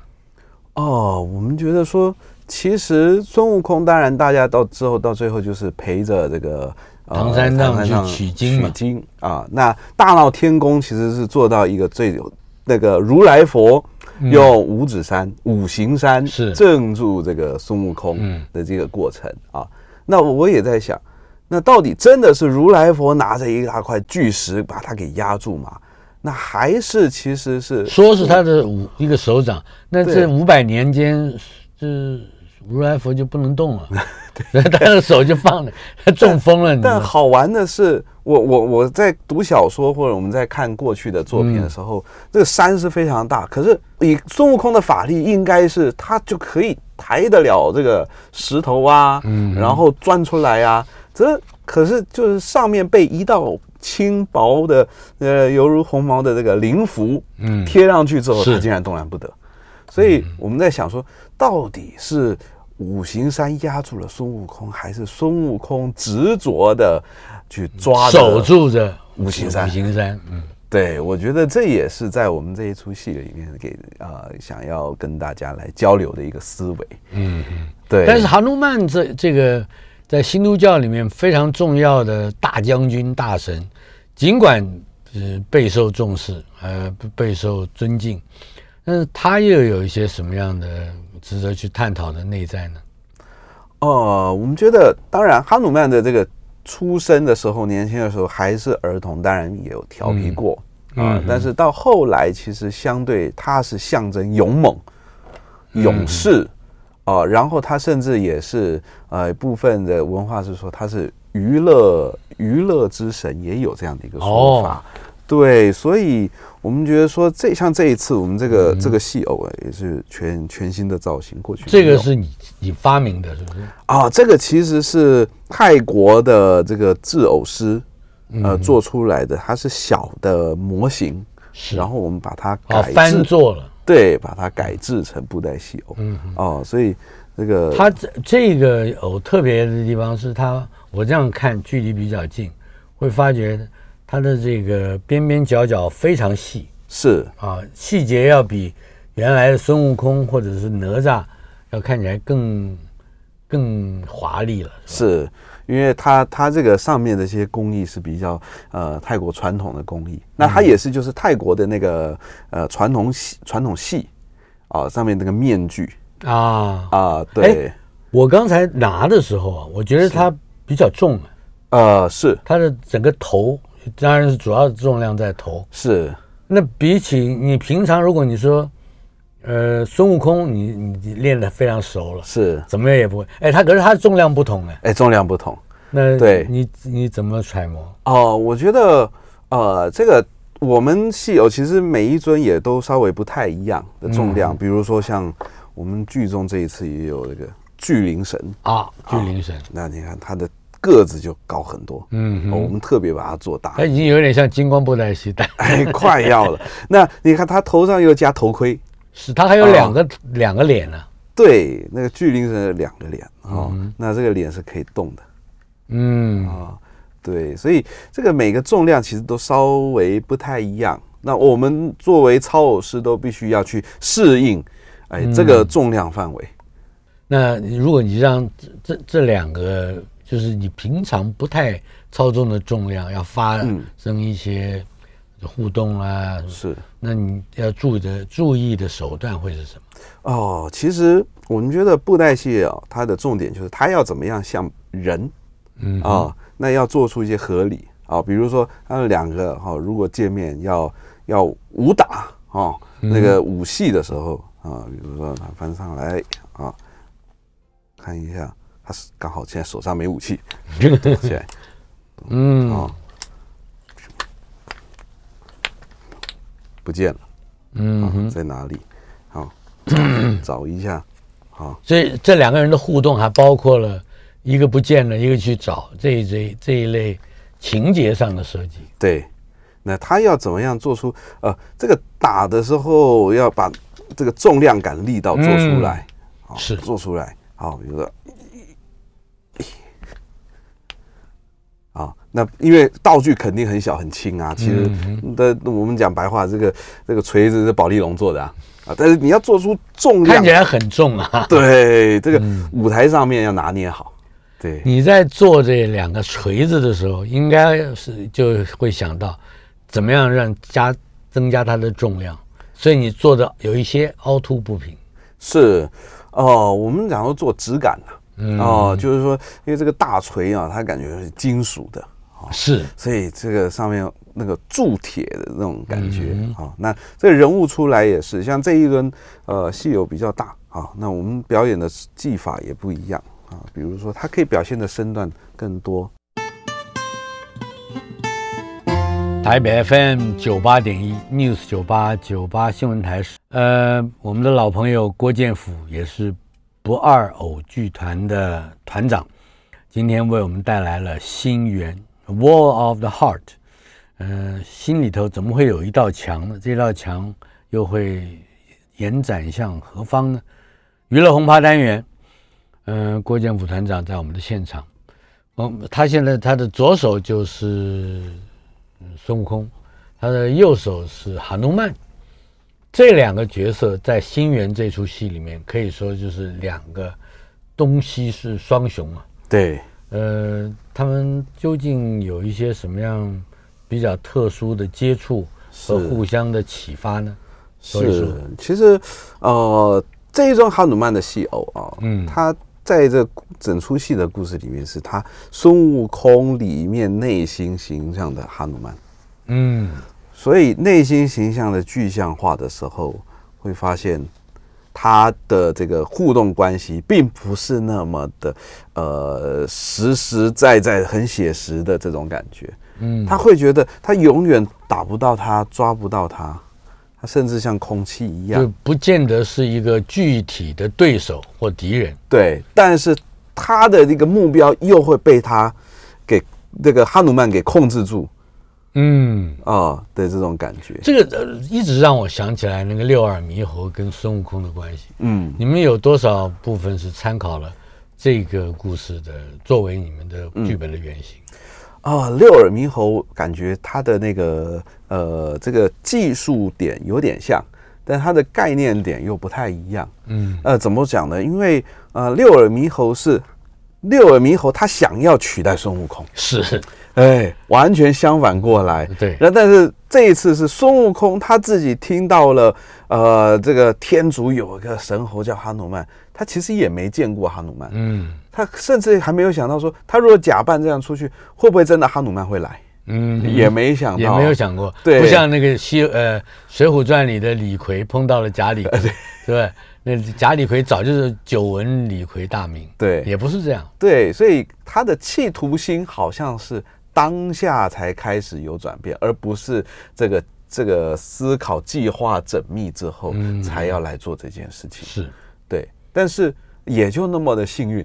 Speaker 4: 哦，我们觉得说，其实孙悟空，当然大家到之后到最后就是陪着这个。呃
Speaker 2: 唐三藏去
Speaker 4: 藏
Speaker 2: 取经嘛
Speaker 4: 取经啊！那大闹天宫其实是做到一个最那个如来佛用五指山、五行山
Speaker 2: 嗯是
Speaker 4: 镇住这个孙悟空
Speaker 2: 嗯
Speaker 4: 的这个过程啊。那我也在想，那到底真的是如来佛拿着一大块巨石把它给压住吗？那还是其实是
Speaker 2: 说是他的五一个手掌，那
Speaker 4: 呃对
Speaker 2: 这五百年间，这如来佛就不能动了， (laughs) 他的手就放了，他中风了，你知道
Speaker 4: 但
Speaker 2: 吗？
Speaker 4: 好玩的是，我我我在读小说或者我们在看过去的作品的时候，
Speaker 2: 嗯
Speaker 4: 这个山是非常大，可是以孙悟空的法力，应该是他就可以抬得了这个石头啊，
Speaker 2: 嗯
Speaker 4: 然后钻出来啊。这可是就是上面被一道轻薄的呃犹如鸿毛的这个灵符
Speaker 2: 嗯
Speaker 4: 贴上去之后，
Speaker 2: 是
Speaker 4: 他竟然动弹不得。所以
Speaker 2: 嗯
Speaker 4: 我们在想说，到底是五行山压住了孙悟空，还是孙悟空执着的去抓着
Speaker 2: 守？住着
Speaker 4: 五行山
Speaker 2: 五行山，嗯，
Speaker 4: 对，我觉得这也是在我们这一出戏里面给啊、呃想要跟大家来交流的一个思维。嗯，对。
Speaker 2: 但是哈努曼这这个在新都教里面非常重要的大将军大神，尽管呃备受重视，呃不备受尊敬，但是他又有一些什么样的值得去探讨的内在呢？
Speaker 4: 嗯哦，我们觉得，当然，哈努曼的这个出生的时候，年轻的时候还是儿童，当然也有调皮过
Speaker 2: 嗯
Speaker 4: 啊、但是到后来，其实相对他是象征勇猛、勇
Speaker 2: 嗯
Speaker 4: 士啊、然后他甚至也是呃，部分的文化是说他是娱乐娱乐之神，也有这样的一个说法。
Speaker 2: 哦
Speaker 4: 对，所以我们觉得说这像这一次我们这个、
Speaker 2: 嗯
Speaker 4: 这个戏偶啊，也是全全新的造型，过去
Speaker 2: 这
Speaker 4: 没
Speaker 2: 个
Speaker 4: 有
Speaker 2: 是你你发明的，是不是？
Speaker 4: 啊，这个其实是泰国的这个制偶师，
Speaker 2: 嗯
Speaker 4: 呃，做出来的，它是小的模型，
Speaker 2: 是
Speaker 4: 然后我们把它
Speaker 2: 啊，
Speaker 4: 改
Speaker 2: 翻
Speaker 4: 制，
Speaker 2: 做了。
Speaker 4: 对，把它改制成布袋戏偶，哦，所以这个
Speaker 2: 嗯它这这个偶特别的地方是它，我这样看距离比较近，会发觉它的这个边边角角非常细
Speaker 4: 是
Speaker 2: 啊，细节要比原来的孙悟空或者是哪吒要看起来更更华丽了。
Speaker 4: 是，因为它它这个上面的这些工艺是比较呃泰国传统的工艺，那它也是就是泰国的那个呃传统戏传统戏啊、上面那个面具
Speaker 2: 啊，
Speaker 4: 啊、对，
Speaker 2: 我刚才拿的时候啊，我觉得它比较重啊，
Speaker 4: 呃是
Speaker 2: 它的整个头当然是主要重量在头，
Speaker 4: 是
Speaker 2: 那比起你平常，如果你说，呃，孙悟空你，你你练得非常熟了，
Speaker 4: 是，
Speaker 2: 怎么样也不会。哎，他可是他重量不同哎，
Speaker 4: 哎、重量不同。
Speaker 2: 那
Speaker 4: 对
Speaker 2: 你你怎么揣摩？
Speaker 4: 哦，我觉得呃，这个我们戏偶其实每一尊也都稍微不太一样的重量，比如说像我们剧中这一次也有那个巨灵神，
Speaker 2: 啊，巨灵神，
Speaker 4: 那你看它的个子就高很多，
Speaker 2: 嗯哎
Speaker 4: 哦我们特别把它做大
Speaker 2: 他，已经有点像金光布袋戏，但
Speaker 4: 哎，快要了。那你看它头上又加头盔，
Speaker 2: 是他还有两个、两个脸啊呢、
Speaker 4: 对，那个巨灵神有两个脸哦，那这个脸是可以动的。
Speaker 2: 嗯，
Speaker 4: 啊，对，所以这个每个重量其实都稍微不太一样。那我们作为操偶师都必须要去适应，哎，这个重量范围。
Speaker 2: 那如果你让这这这两个，就是你平常不太操纵的重量，要发
Speaker 4: 嗯
Speaker 2: 生一些互动啊。
Speaker 4: 是
Speaker 2: 那你要注意的注意的手段会是什么？
Speaker 4: 哦，其实我们觉得布袋戏啊，它的重点就是它要怎么样像人，嗯啊、那要做出一些合理啊、比如说他们两个哈、如果见面要要武打哦，那个武戏的时候啊、比如说他翻上来啊、看一下，他是刚好现在手上没武器，躲起来
Speaker 2: 嗯，
Speaker 4: 哦，不见了，
Speaker 2: 嗯
Speaker 4: 啊，
Speaker 2: 哼，
Speaker 4: 在哪里？好，找一下，啊好，
Speaker 2: 所以这两个人的互动还包括了一个不见了，一个去找这一这这一类情节上的设计。
Speaker 4: 对，那他要怎么样做出呃，这个打的时候要把这个重量感、力道做出来，好
Speaker 2: 嗯是
Speaker 4: 做出来，好，比如说。啊，那因为道具肯定很小很轻啊，其
Speaker 2: 嗯
Speaker 4: 实的、我们讲白话，这个这个锤子是保利龙做的啊，啊，但是你要做出重量
Speaker 2: 看起，来嗯很重啊。
Speaker 4: 对，这个舞台上面要拿捏好，对，
Speaker 2: 你在做这两个锤子的时候，应该是就会想到怎么样让加增加它的重量，所以你做的有一些凹凸不平。
Speaker 4: 是，哦，我们讲说做质感呐、哦，就是说，因为这个大锤啊，它感觉是金属的，
Speaker 2: 是，
Speaker 4: 所以这个上面那个铸铁的那种感觉啊、哦那这个人物出来也是，像这一轮呃戏友比较大啊、那我们表演的技法也不一样啊、比如说它可以表现的身段更多，
Speaker 2: 台北 FM 九八点一 News 九八九八新闻台，呃，我们的老朋友郭建甫也是不二偶剧团的团长，今天为我们带来了《心源 Wall of the Heart》。呃，心里头怎么会有一道墙呢？这道墙又会延展向何方呢？娱乐轰趴单元，嗯、郭建甫团长在我们的现场。嗯，他现在他的左手就是孙悟空，他的右手是哈努曼。这两个角色在《新源》这出戏里面，可以说就是两个东西是双雄啊。
Speaker 4: 对，
Speaker 2: 呃，他们究竟有一些什么样比较特殊的接触和
Speaker 4: 是
Speaker 2: 互相的启发呢？所以
Speaker 4: 是
Speaker 2: 说，
Speaker 4: 其实呃，这一桩哈努曼的戏偶啊，嗯，他在这整出戏的故事里面，是他孙悟空里面内心形象的哈努曼，
Speaker 2: 嗯，
Speaker 4: 所以内心形象的具象化的时候，会发现他的这个互动关系并不是那么的呃实实在在、很写实的这种感觉。嗯，他会觉得他永远打不到他，抓不到他，他甚至像空气一样
Speaker 2: 就。不见得是一个具体的对手或敌人。
Speaker 4: 对，但是他的这个目标又会被他给这个哈努曼给控制住
Speaker 2: 嗯，
Speaker 4: 啊、的这种感觉。
Speaker 2: 这个、呃、一直让我想起来那个六耳猕猴跟孙悟空的关系。
Speaker 4: 嗯，
Speaker 2: 你们有多少部分是参考了这个故事的作为你们的剧本的原型？
Speaker 4: 啊、六耳猕猴感觉它的那个呃，这个技术点有点像，但它的概念点又不太一样。
Speaker 2: 嗯，
Speaker 4: 呃，怎么讲呢？因为呃，六耳猕猴是六耳猕猴，它想要取代孙悟空，
Speaker 2: 是，
Speaker 4: 哎，完全相反过来。
Speaker 2: 对，
Speaker 4: 那但是这一次是孙悟空他自己听到了，呃，这个天竺有一个神猴叫哈努曼，他其实也没见过哈努曼，
Speaker 2: 嗯
Speaker 4: 他甚至还没有想到说，他如果假扮这样出去，会不会真的哈努曼会来？
Speaker 2: 嗯，
Speaker 4: 也没想到，
Speaker 2: 也没有想过，
Speaker 4: 对
Speaker 2: 不像那个西呃《水浒传》里的李逵碰到了贾李
Speaker 4: (laughs)
Speaker 2: 逵，对吧？那贾李逵早就是久闻李逵大名，
Speaker 4: 对
Speaker 2: 也不是这样，
Speaker 4: 对，所以他的企图心好像是当下才开始有转变，而不是这个这个思考计划缜密之后、
Speaker 2: 嗯
Speaker 4: 才要来做这件事情。
Speaker 2: 是
Speaker 4: 对，但是也就那么的幸运，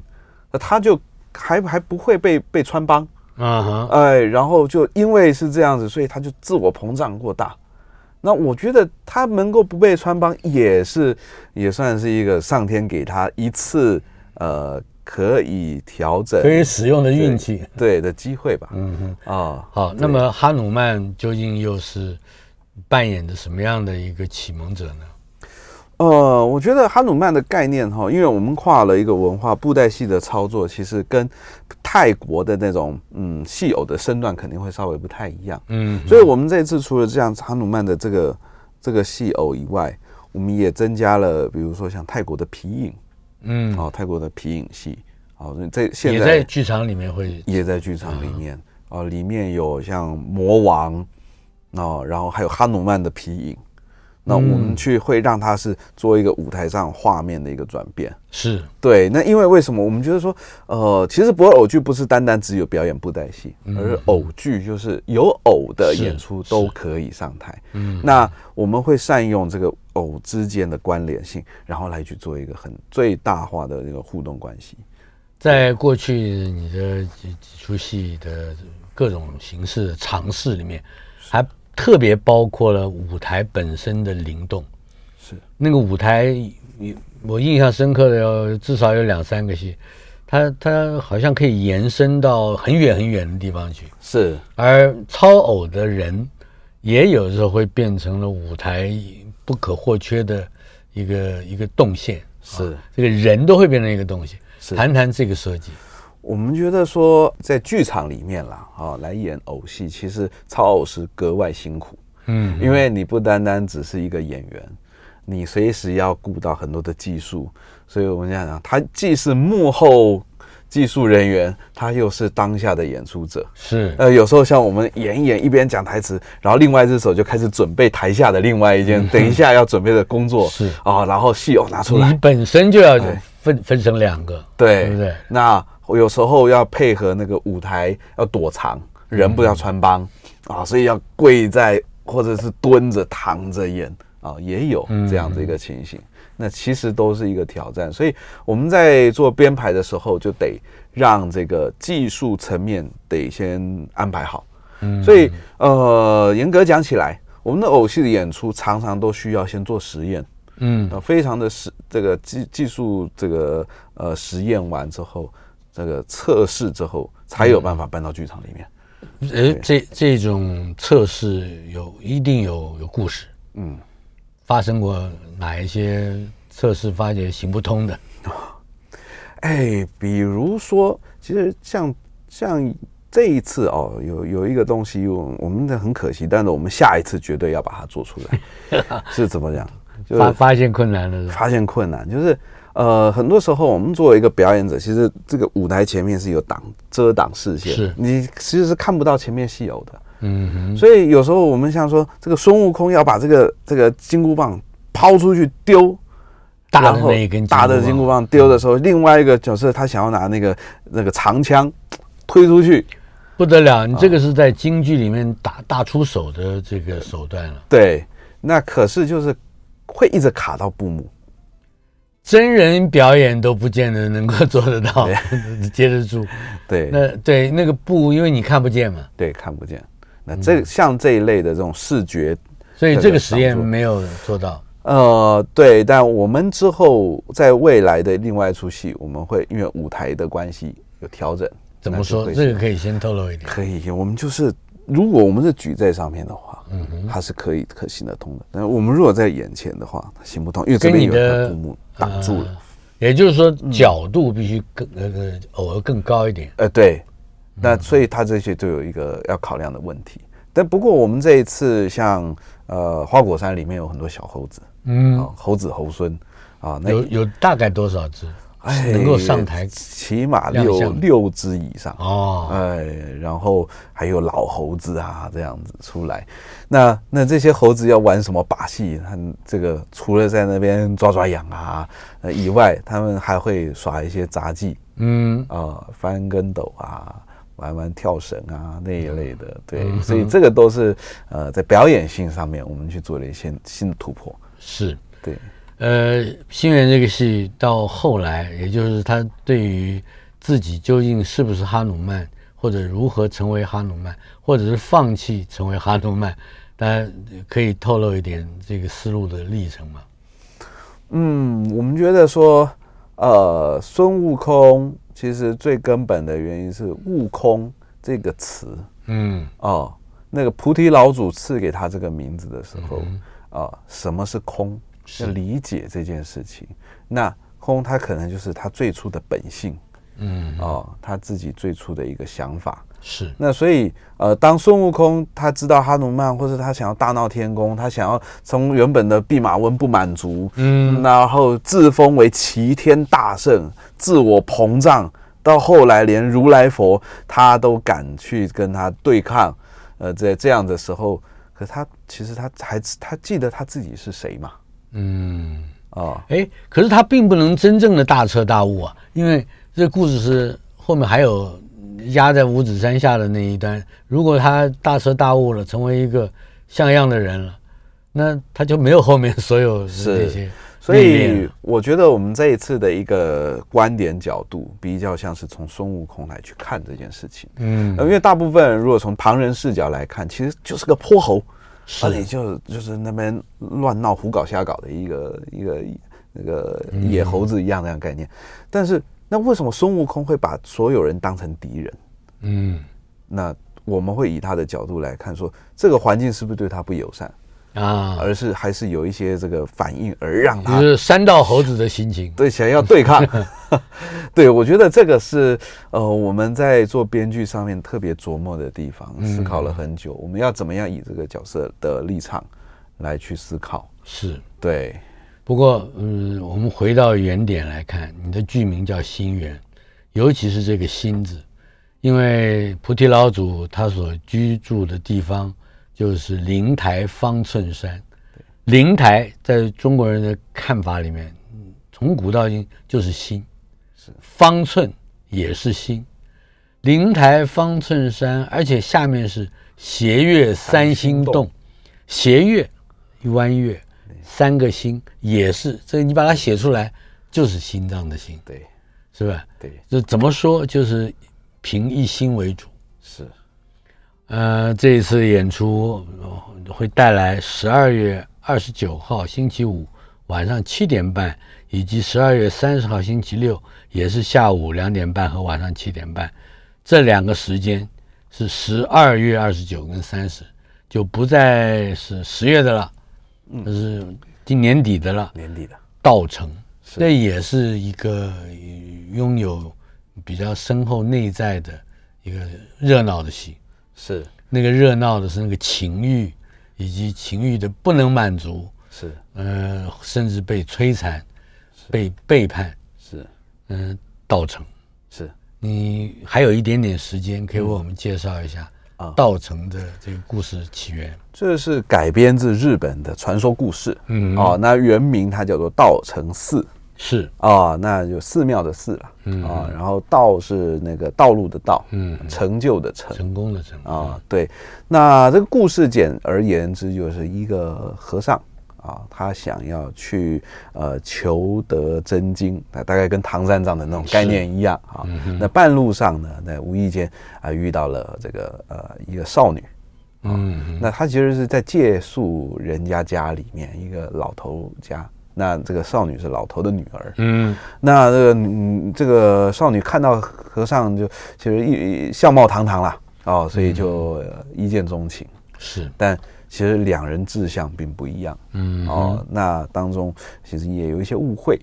Speaker 4: 那他就还还不会被被穿帮，
Speaker 2: 啊哈，
Speaker 4: 哎，然后就因为是这样子，所以他就自我膨胀过大。那我觉得他能够不被穿帮，也是也算是一个上天给他一次呃可以调整
Speaker 2: 可以使用的运气。
Speaker 4: 对的机会吧。嗯哼啊、
Speaker 2: 好，那么哈努曼究竟又是扮演的什么样的一个启蒙者呢？
Speaker 4: 呃，我觉得哈努曼的概念哈，因为我们跨了一个文化，布袋戏的操作其实跟泰国的那种嗯戏偶的身段肯定会稍微不太一样。
Speaker 2: 嗯，
Speaker 4: 所以我们这次除了这样哈努曼的这个这个戏偶以外，我们也增加了，比如说像泰国的皮影，
Speaker 2: 嗯，
Speaker 4: 哦，泰国的皮影戏，哦，这现
Speaker 2: 也
Speaker 4: 在
Speaker 2: 在剧场里面会，
Speaker 4: 也在剧场里面啊、里面有像魔王，哦，然后还有哈努曼的皮影。那我们去会让它是做一个舞台上画面的一个转变。
Speaker 2: 是，
Speaker 4: 对，那因为为什么我们觉得说，呃，其实博尔偶剧不是单单只有表演布袋戏，而是偶剧嗯就是有偶的
Speaker 2: 是
Speaker 4: 演出都可以上台。嗯，那我们会善用这个偶之间的关联性，然后来去做一个很最大化的这个互动关系。
Speaker 2: 在过去你的几几出戏的各种形式的尝试里面，还特别包括了舞台本身的灵动。
Speaker 4: 是
Speaker 2: 那个舞台，你我印象深刻的有至少有两三个戏，它它好像可以延伸到很远很远的地方去。
Speaker 4: 是，
Speaker 2: 而超偶的人，也有时候会变成了舞台不可或缺的一个一个动线。啊
Speaker 4: 是
Speaker 2: 这个人都会变成一个动线。
Speaker 4: 是
Speaker 2: 谈谈这个设计。
Speaker 4: 我们觉得说，在剧场里面啦，啊、来演偶戏，其实操偶是格外辛苦，
Speaker 2: 嗯，
Speaker 4: 因为你不单单只是一个演员，你随时要顾到很多的技术，所以我们想想，他既是幕后技术人员，他又是当下的演出者。
Speaker 2: 是
Speaker 4: 呃，有时候像我们演一演，一边讲台词，然后另外一只手就开始准备台下的另外一件，等一下要准备的工作
Speaker 2: 嗯 (laughs) 是
Speaker 4: 啊、然后戏偶拿出来，
Speaker 2: 你本身就要
Speaker 4: 对
Speaker 2: 分分成两个，
Speaker 4: 对，
Speaker 2: 对不对？
Speaker 4: 那有时候要配合那个舞台要躲藏，人不要穿帮、
Speaker 2: 嗯
Speaker 4: 啊，所以要跪在或者是蹲着躺着演啊，也有
Speaker 2: 嗯
Speaker 4: 这样的一个情形。那其实都是一个挑战，所以我们在做编排的时候，就得让这个技术层面得先安排好。
Speaker 2: 嗯
Speaker 4: 所以呃，严格讲起来，我们的偶戏的演出常常都需要先做实验。
Speaker 2: 嗯，
Speaker 4: 呃，非常的实这个技技术这个呃实验完之后，这个测试之后，才
Speaker 2: 嗯
Speaker 4: 有办法搬到剧场里面。
Speaker 2: 呃，这这种测试有一定有有故事，
Speaker 4: 嗯，
Speaker 2: 发生过哪一些测试发觉行不通的？
Speaker 4: 哎，比如说，其实像像这一次哦，有有一个东西我我们的很可惜，但是我们下一次绝对要把它做出
Speaker 2: (laughs)
Speaker 4: 来。是怎么讲？就是
Speaker 2: 发发现困难了是吧？
Speaker 4: 发现困难，就是呃，很多时候我们作为一个表演者，其实这个舞台前面是有挡遮挡视线，
Speaker 2: 是
Speaker 4: 你其实是看不到前面戏偶的。
Speaker 2: 嗯哼，
Speaker 4: 所以有时候我们像说，这个孙悟空要把这个这个金箍棒抛出去丢，
Speaker 2: 大的
Speaker 4: 然后
Speaker 2: 那一根
Speaker 4: 大的金箍，棒丢的时候，
Speaker 2: 嗯
Speaker 4: 另外一个角色他想要拿那个那个长枪推出去，
Speaker 2: 不得了！你这个是在京剧里面打大出手的这个手段了。
Speaker 4: 对，那可是就是会一直卡到布幕。
Speaker 2: 真人表演都不见得能够做得到，接得住。
Speaker 4: 对，
Speaker 2: 那对那个布，因为你看不见嘛，
Speaker 4: 对，看不见。那
Speaker 2: 嗯
Speaker 4: 这像这一类的这种视觉
Speaker 2: 所以
Speaker 4: 这个
Speaker 2: 这个实验
Speaker 4: 挡住
Speaker 2: 没有做到。
Speaker 4: 呃，对，但我们之后在未来的另外一出戏，我们会因为舞台的关系有调整。
Speaker 2: 怎么
Speaker 4: 那就
Speaker 2: 说？
Speaker 4: 会
Speaker 2: 这个可以先透露一点。
Speaker 4: 可以，我们就是如果我们是举在上面的话，
Speaker 2: 嗯
Speaker 4: 它是可以可行得通的。但是我们如果在眼前的话，它行不通，因为这
Speaker 2: 跟
Speaker 4: 边
Speaker 2: 你
Speaker 4: 有一个
Speaker 2: 的啊
Speaker 4: 布幕挡住了。
Speaker 2: 呃也就是说，角度必须更那个偶尔更高一点。
Speaker 4: 呃，对，
Speaker 2: 嗯
Speaker 4: 那所以它这些都有一个要考量的问题。但不过我们这一次像呃花果山里面有很多小猴子，嗯，猴子猴孙啊，那
Speaker 2: 有有大概多少只
Speaker 4: 哎
Speaker 2: 能够上台？
Speaker 4: 起码
Speaker 2: 亮
Speaker 4: 六
Speaker 2: 相
Speaker 4: 六只以上
Speaker 2: 哦，
Speaker 4: 哎，然后还有老猴子啊，这样子出来，那那这些猴子要玩什么把戏？他们这个除了在那边抓抓痒啊、呃、以外，他们还会耍一些杂技
Speaker 2: 嗯，
Speaker 4: 啊、翻跟斗啊，玩玩跳绳啊那一类的。对，所以这个都是呃在表演性上面我们去做了一些新的突破。
Speaker 2: 是。
Speaker 4: 对，
Speaker 2: 呃，星源这个戏到后来，也就是他对于自己究竟是不是哈努曼，或者如何成为哈努曼，或者是放弃成为哈努曼，大家可以透露一点这个思路的历程吗？
Speaker 4: 嗯，我们觉得说，呃，孙悟空其实最根本的原因是“悟空”这个词。
Speaker 2: 嗯，
Speaker 4: 哦，嗯那个菩提老祖赐给他这个名字的时候，啊、什么是空？要理解这件事情。那空它可能就是它最初的本性，嗯，哦，他自己最初的一个想法。
Speaker 2: 是
Speaker 4: 那所以，呃，当孙悟空他知道哈努曼，或者他想要大闹天宫，他想要从原本的弼马温不满足，嗯，然后自封为齐天大圣，自我膨胀，到后来连如来佛他都敢去跟他对抗，呃，在这样的时候，可他其实他还他记得他自己是谁嘛？嗯，哦，
Speaker 2: 哎，可是他并不能真正的大彻大悟啊，因为这故事是后面还有压在五指山下的那一段。如果他大彻大悟了，成为一个像样的人了，那他就没有后面所有
Speaker 4: 是
Speaker 2: 这些。
Speaker 4: 所以我觉得我们这一次的一个观点角度，比较像是从孙悟空来去看这件事情。
Speaker 2: 嗯
Speaker 4: 呃因为大部分人如果从旁人视角来看，其实就是个泼猴，
Speaker 2: 是
Speaker 4: 而且就就是那边乱闹、胡搞、瞎搞的一个一个那个
Speaker 2: 嗯
Speaker 4: 野猴子一样那样概念。但是，那为什么孙悟空会把所有人当成敌人？
Speaker 2: 嗯
Speaker 4: 那我们会以他的角度来看说这个环境是不是对他不友善，
Speaker 2: 啊，
Speaker 4: 而是还是有一些这个反应，而让他
Speaker 2: 就是三道猴子的心情。
Speaker 4: 对，想要对抗。 (laughs) 对，我觉得这个是呃我们在做编剧上面特别琢磨的地方，思考了很久，我们要怎么样以这个角色的立场来去思考。
Speaker 2: 是，
Speaker 4: 对，
Speaker 2: 不过嗯，我们回到原点来看，你的剧名叫《心源》，尤其是这个“心”字，因为菩提老祖他所居住的地方就是灵台方寸山。灵台在中国人的看法里面，嗯从古到今就是心，是方寸也是心。灵台方寸山，而且下面是斜月三星洞，斜月一弯月，三个心也是这个，你把它写出来就是心脏的心，
Speaker 4: 对，
Speaker 2: 是吧？
Speaker 4: 对，
Speaker 2: 就怎么说，就是凭一心为主。
Speaker 4: 是，
Speaker 2: 呃，这一次演出呃会带来十二月二十九号星期五晚上七点半，以及十二月三十号星期六，也是下午两点半和晚上七点半，这两个时间是十二月二十九跟三十，就不再是十月的了，这是今年底的了。
Speaker 4: 年底的，
Speaker 2: 道成，这也是一个呃拥有比较深厚内在的一个热闹的戏。
Speaker 4: 是
Speaker 2: 那个热闹的是那个情欲，以及情欲的不能满足，
Speaker 4: 是
Speaker 2: 呃，甚至被摧残、被背叛，
Speaker 4: 是
Speaker 2: 嗯、道成。
Speaker 4: 是，
Speaker 2: 你还有一点点时间，可以为我们介绍一下
Speaker 4: 啊
Speaker 2: 道成的这个故事起源。
Speaker 4: 这是改编自日本的传说故事。
Speaker 2: 嗯
Speaker 4: 哦，那原名它叫做道成寺。
Speaker 2: 是
Speaker 4: 啊、那有寺庙的寺了，啊、然后道是那个道路的道，嗯，成就的成，
Speaker 2: 成功的成功
Speaker 4: 啊，对。那这个故事简而言之，就是一个和尚啊，他想要去呃求得真经，那大概跟唐三藏的那种概念一样啊。那半路上呢，那无意间啊、遇到了这个呃一个少女。嗯，那她其实是在借宿人家家里面一个老头家，那这个少女是老头的女儿，
Speaker 2: 嗯，
Speaker 4: 那这个嗯，这个少女看到和尚就其实一相貌堂堂啦，哦，所以就呃一见钟情。
Speaker 2: 是
Speaker 4: 但其实两人志向并不一样，嗯，哦，那当中其实也有一些误会。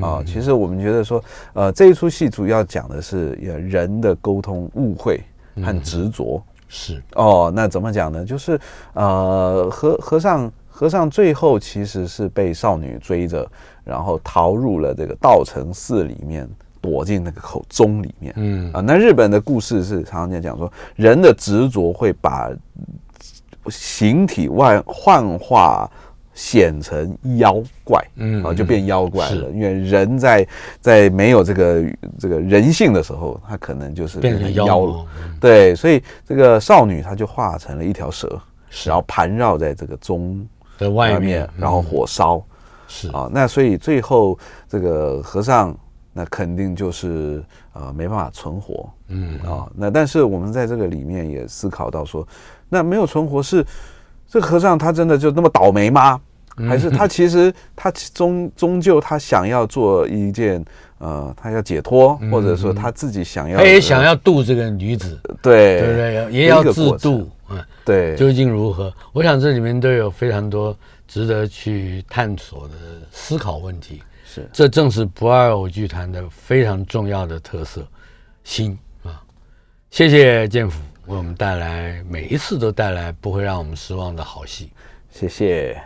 Speaker 4: 啊、其实我们觉得说，呃，这一出戏主要讲的是呃人的沟通误会和执着。
Speaker 2: 是，
Speaker 4: 哦，那怎么讲呢？就是呃，和和尚和尚最后其实是被少女追着，然后逃入了这个道成寺里面，躲进那个口钟里面。
Speaker 2: 嗯
Speaker 4: 啊、那日本的故事是常常在讲说，人的执着会把形体外幻化。显成妖怪，
Speaker 2: 嗯
Speaker 4: 啊，就变妖怪
Speaker 2: 是
Speaker 4: 了。因为人在在没有这个这个人性的时候，他可能就
Speaker 2: 嗯
Speaker 4: 是
Speaker 2: 变成妖
Speaker 4: 妖
Speaker 2: 魔嗯
Speaker 4: 对，所以这个少女她就化成了一条蛇，
Speaker 2: 是
Speaker 4: 然后盘绕在这个钟
Speaker 2: 在外
Speaker 4: 外
Speaker 2: 面嗯
Speaker 4: 面，，然后火烧
Speaker 2: 是
Speaker 4: 啊。那所以最后这个和尚那肯定就是呃没办法存活，嗯啊。那但是我们在这个里面也思考到说，那没有存活是这和尚他真的就那么倒霉吗？还是他其
Speaker 2: 嗯
Speaker 4: 实他终终究他想要做一件呃他要解脱，或者说他自己想要
Speaker 2: 嗯他也想要度这个女子，
Speaker 4: 对
Speaker 2: 对不对？也
Speaker 4: 一
Speaker 2: 要
Speaker 4: 个
Speaker 2: 自
Speaker 4: 过程
Speaker 2: 度啊，
Speaker 4: 对
Speaker 2: 究竟如何？我想这里面都有非常多值得去探索的思考问题。
Speaker 4: 是
Speaker 2: 这正是不二偶剧团的非常重要的特色——心啊！谢谢建福为我们带来每一次都带来不会让我们失望的好戏。
Speaker 4: 谢谢。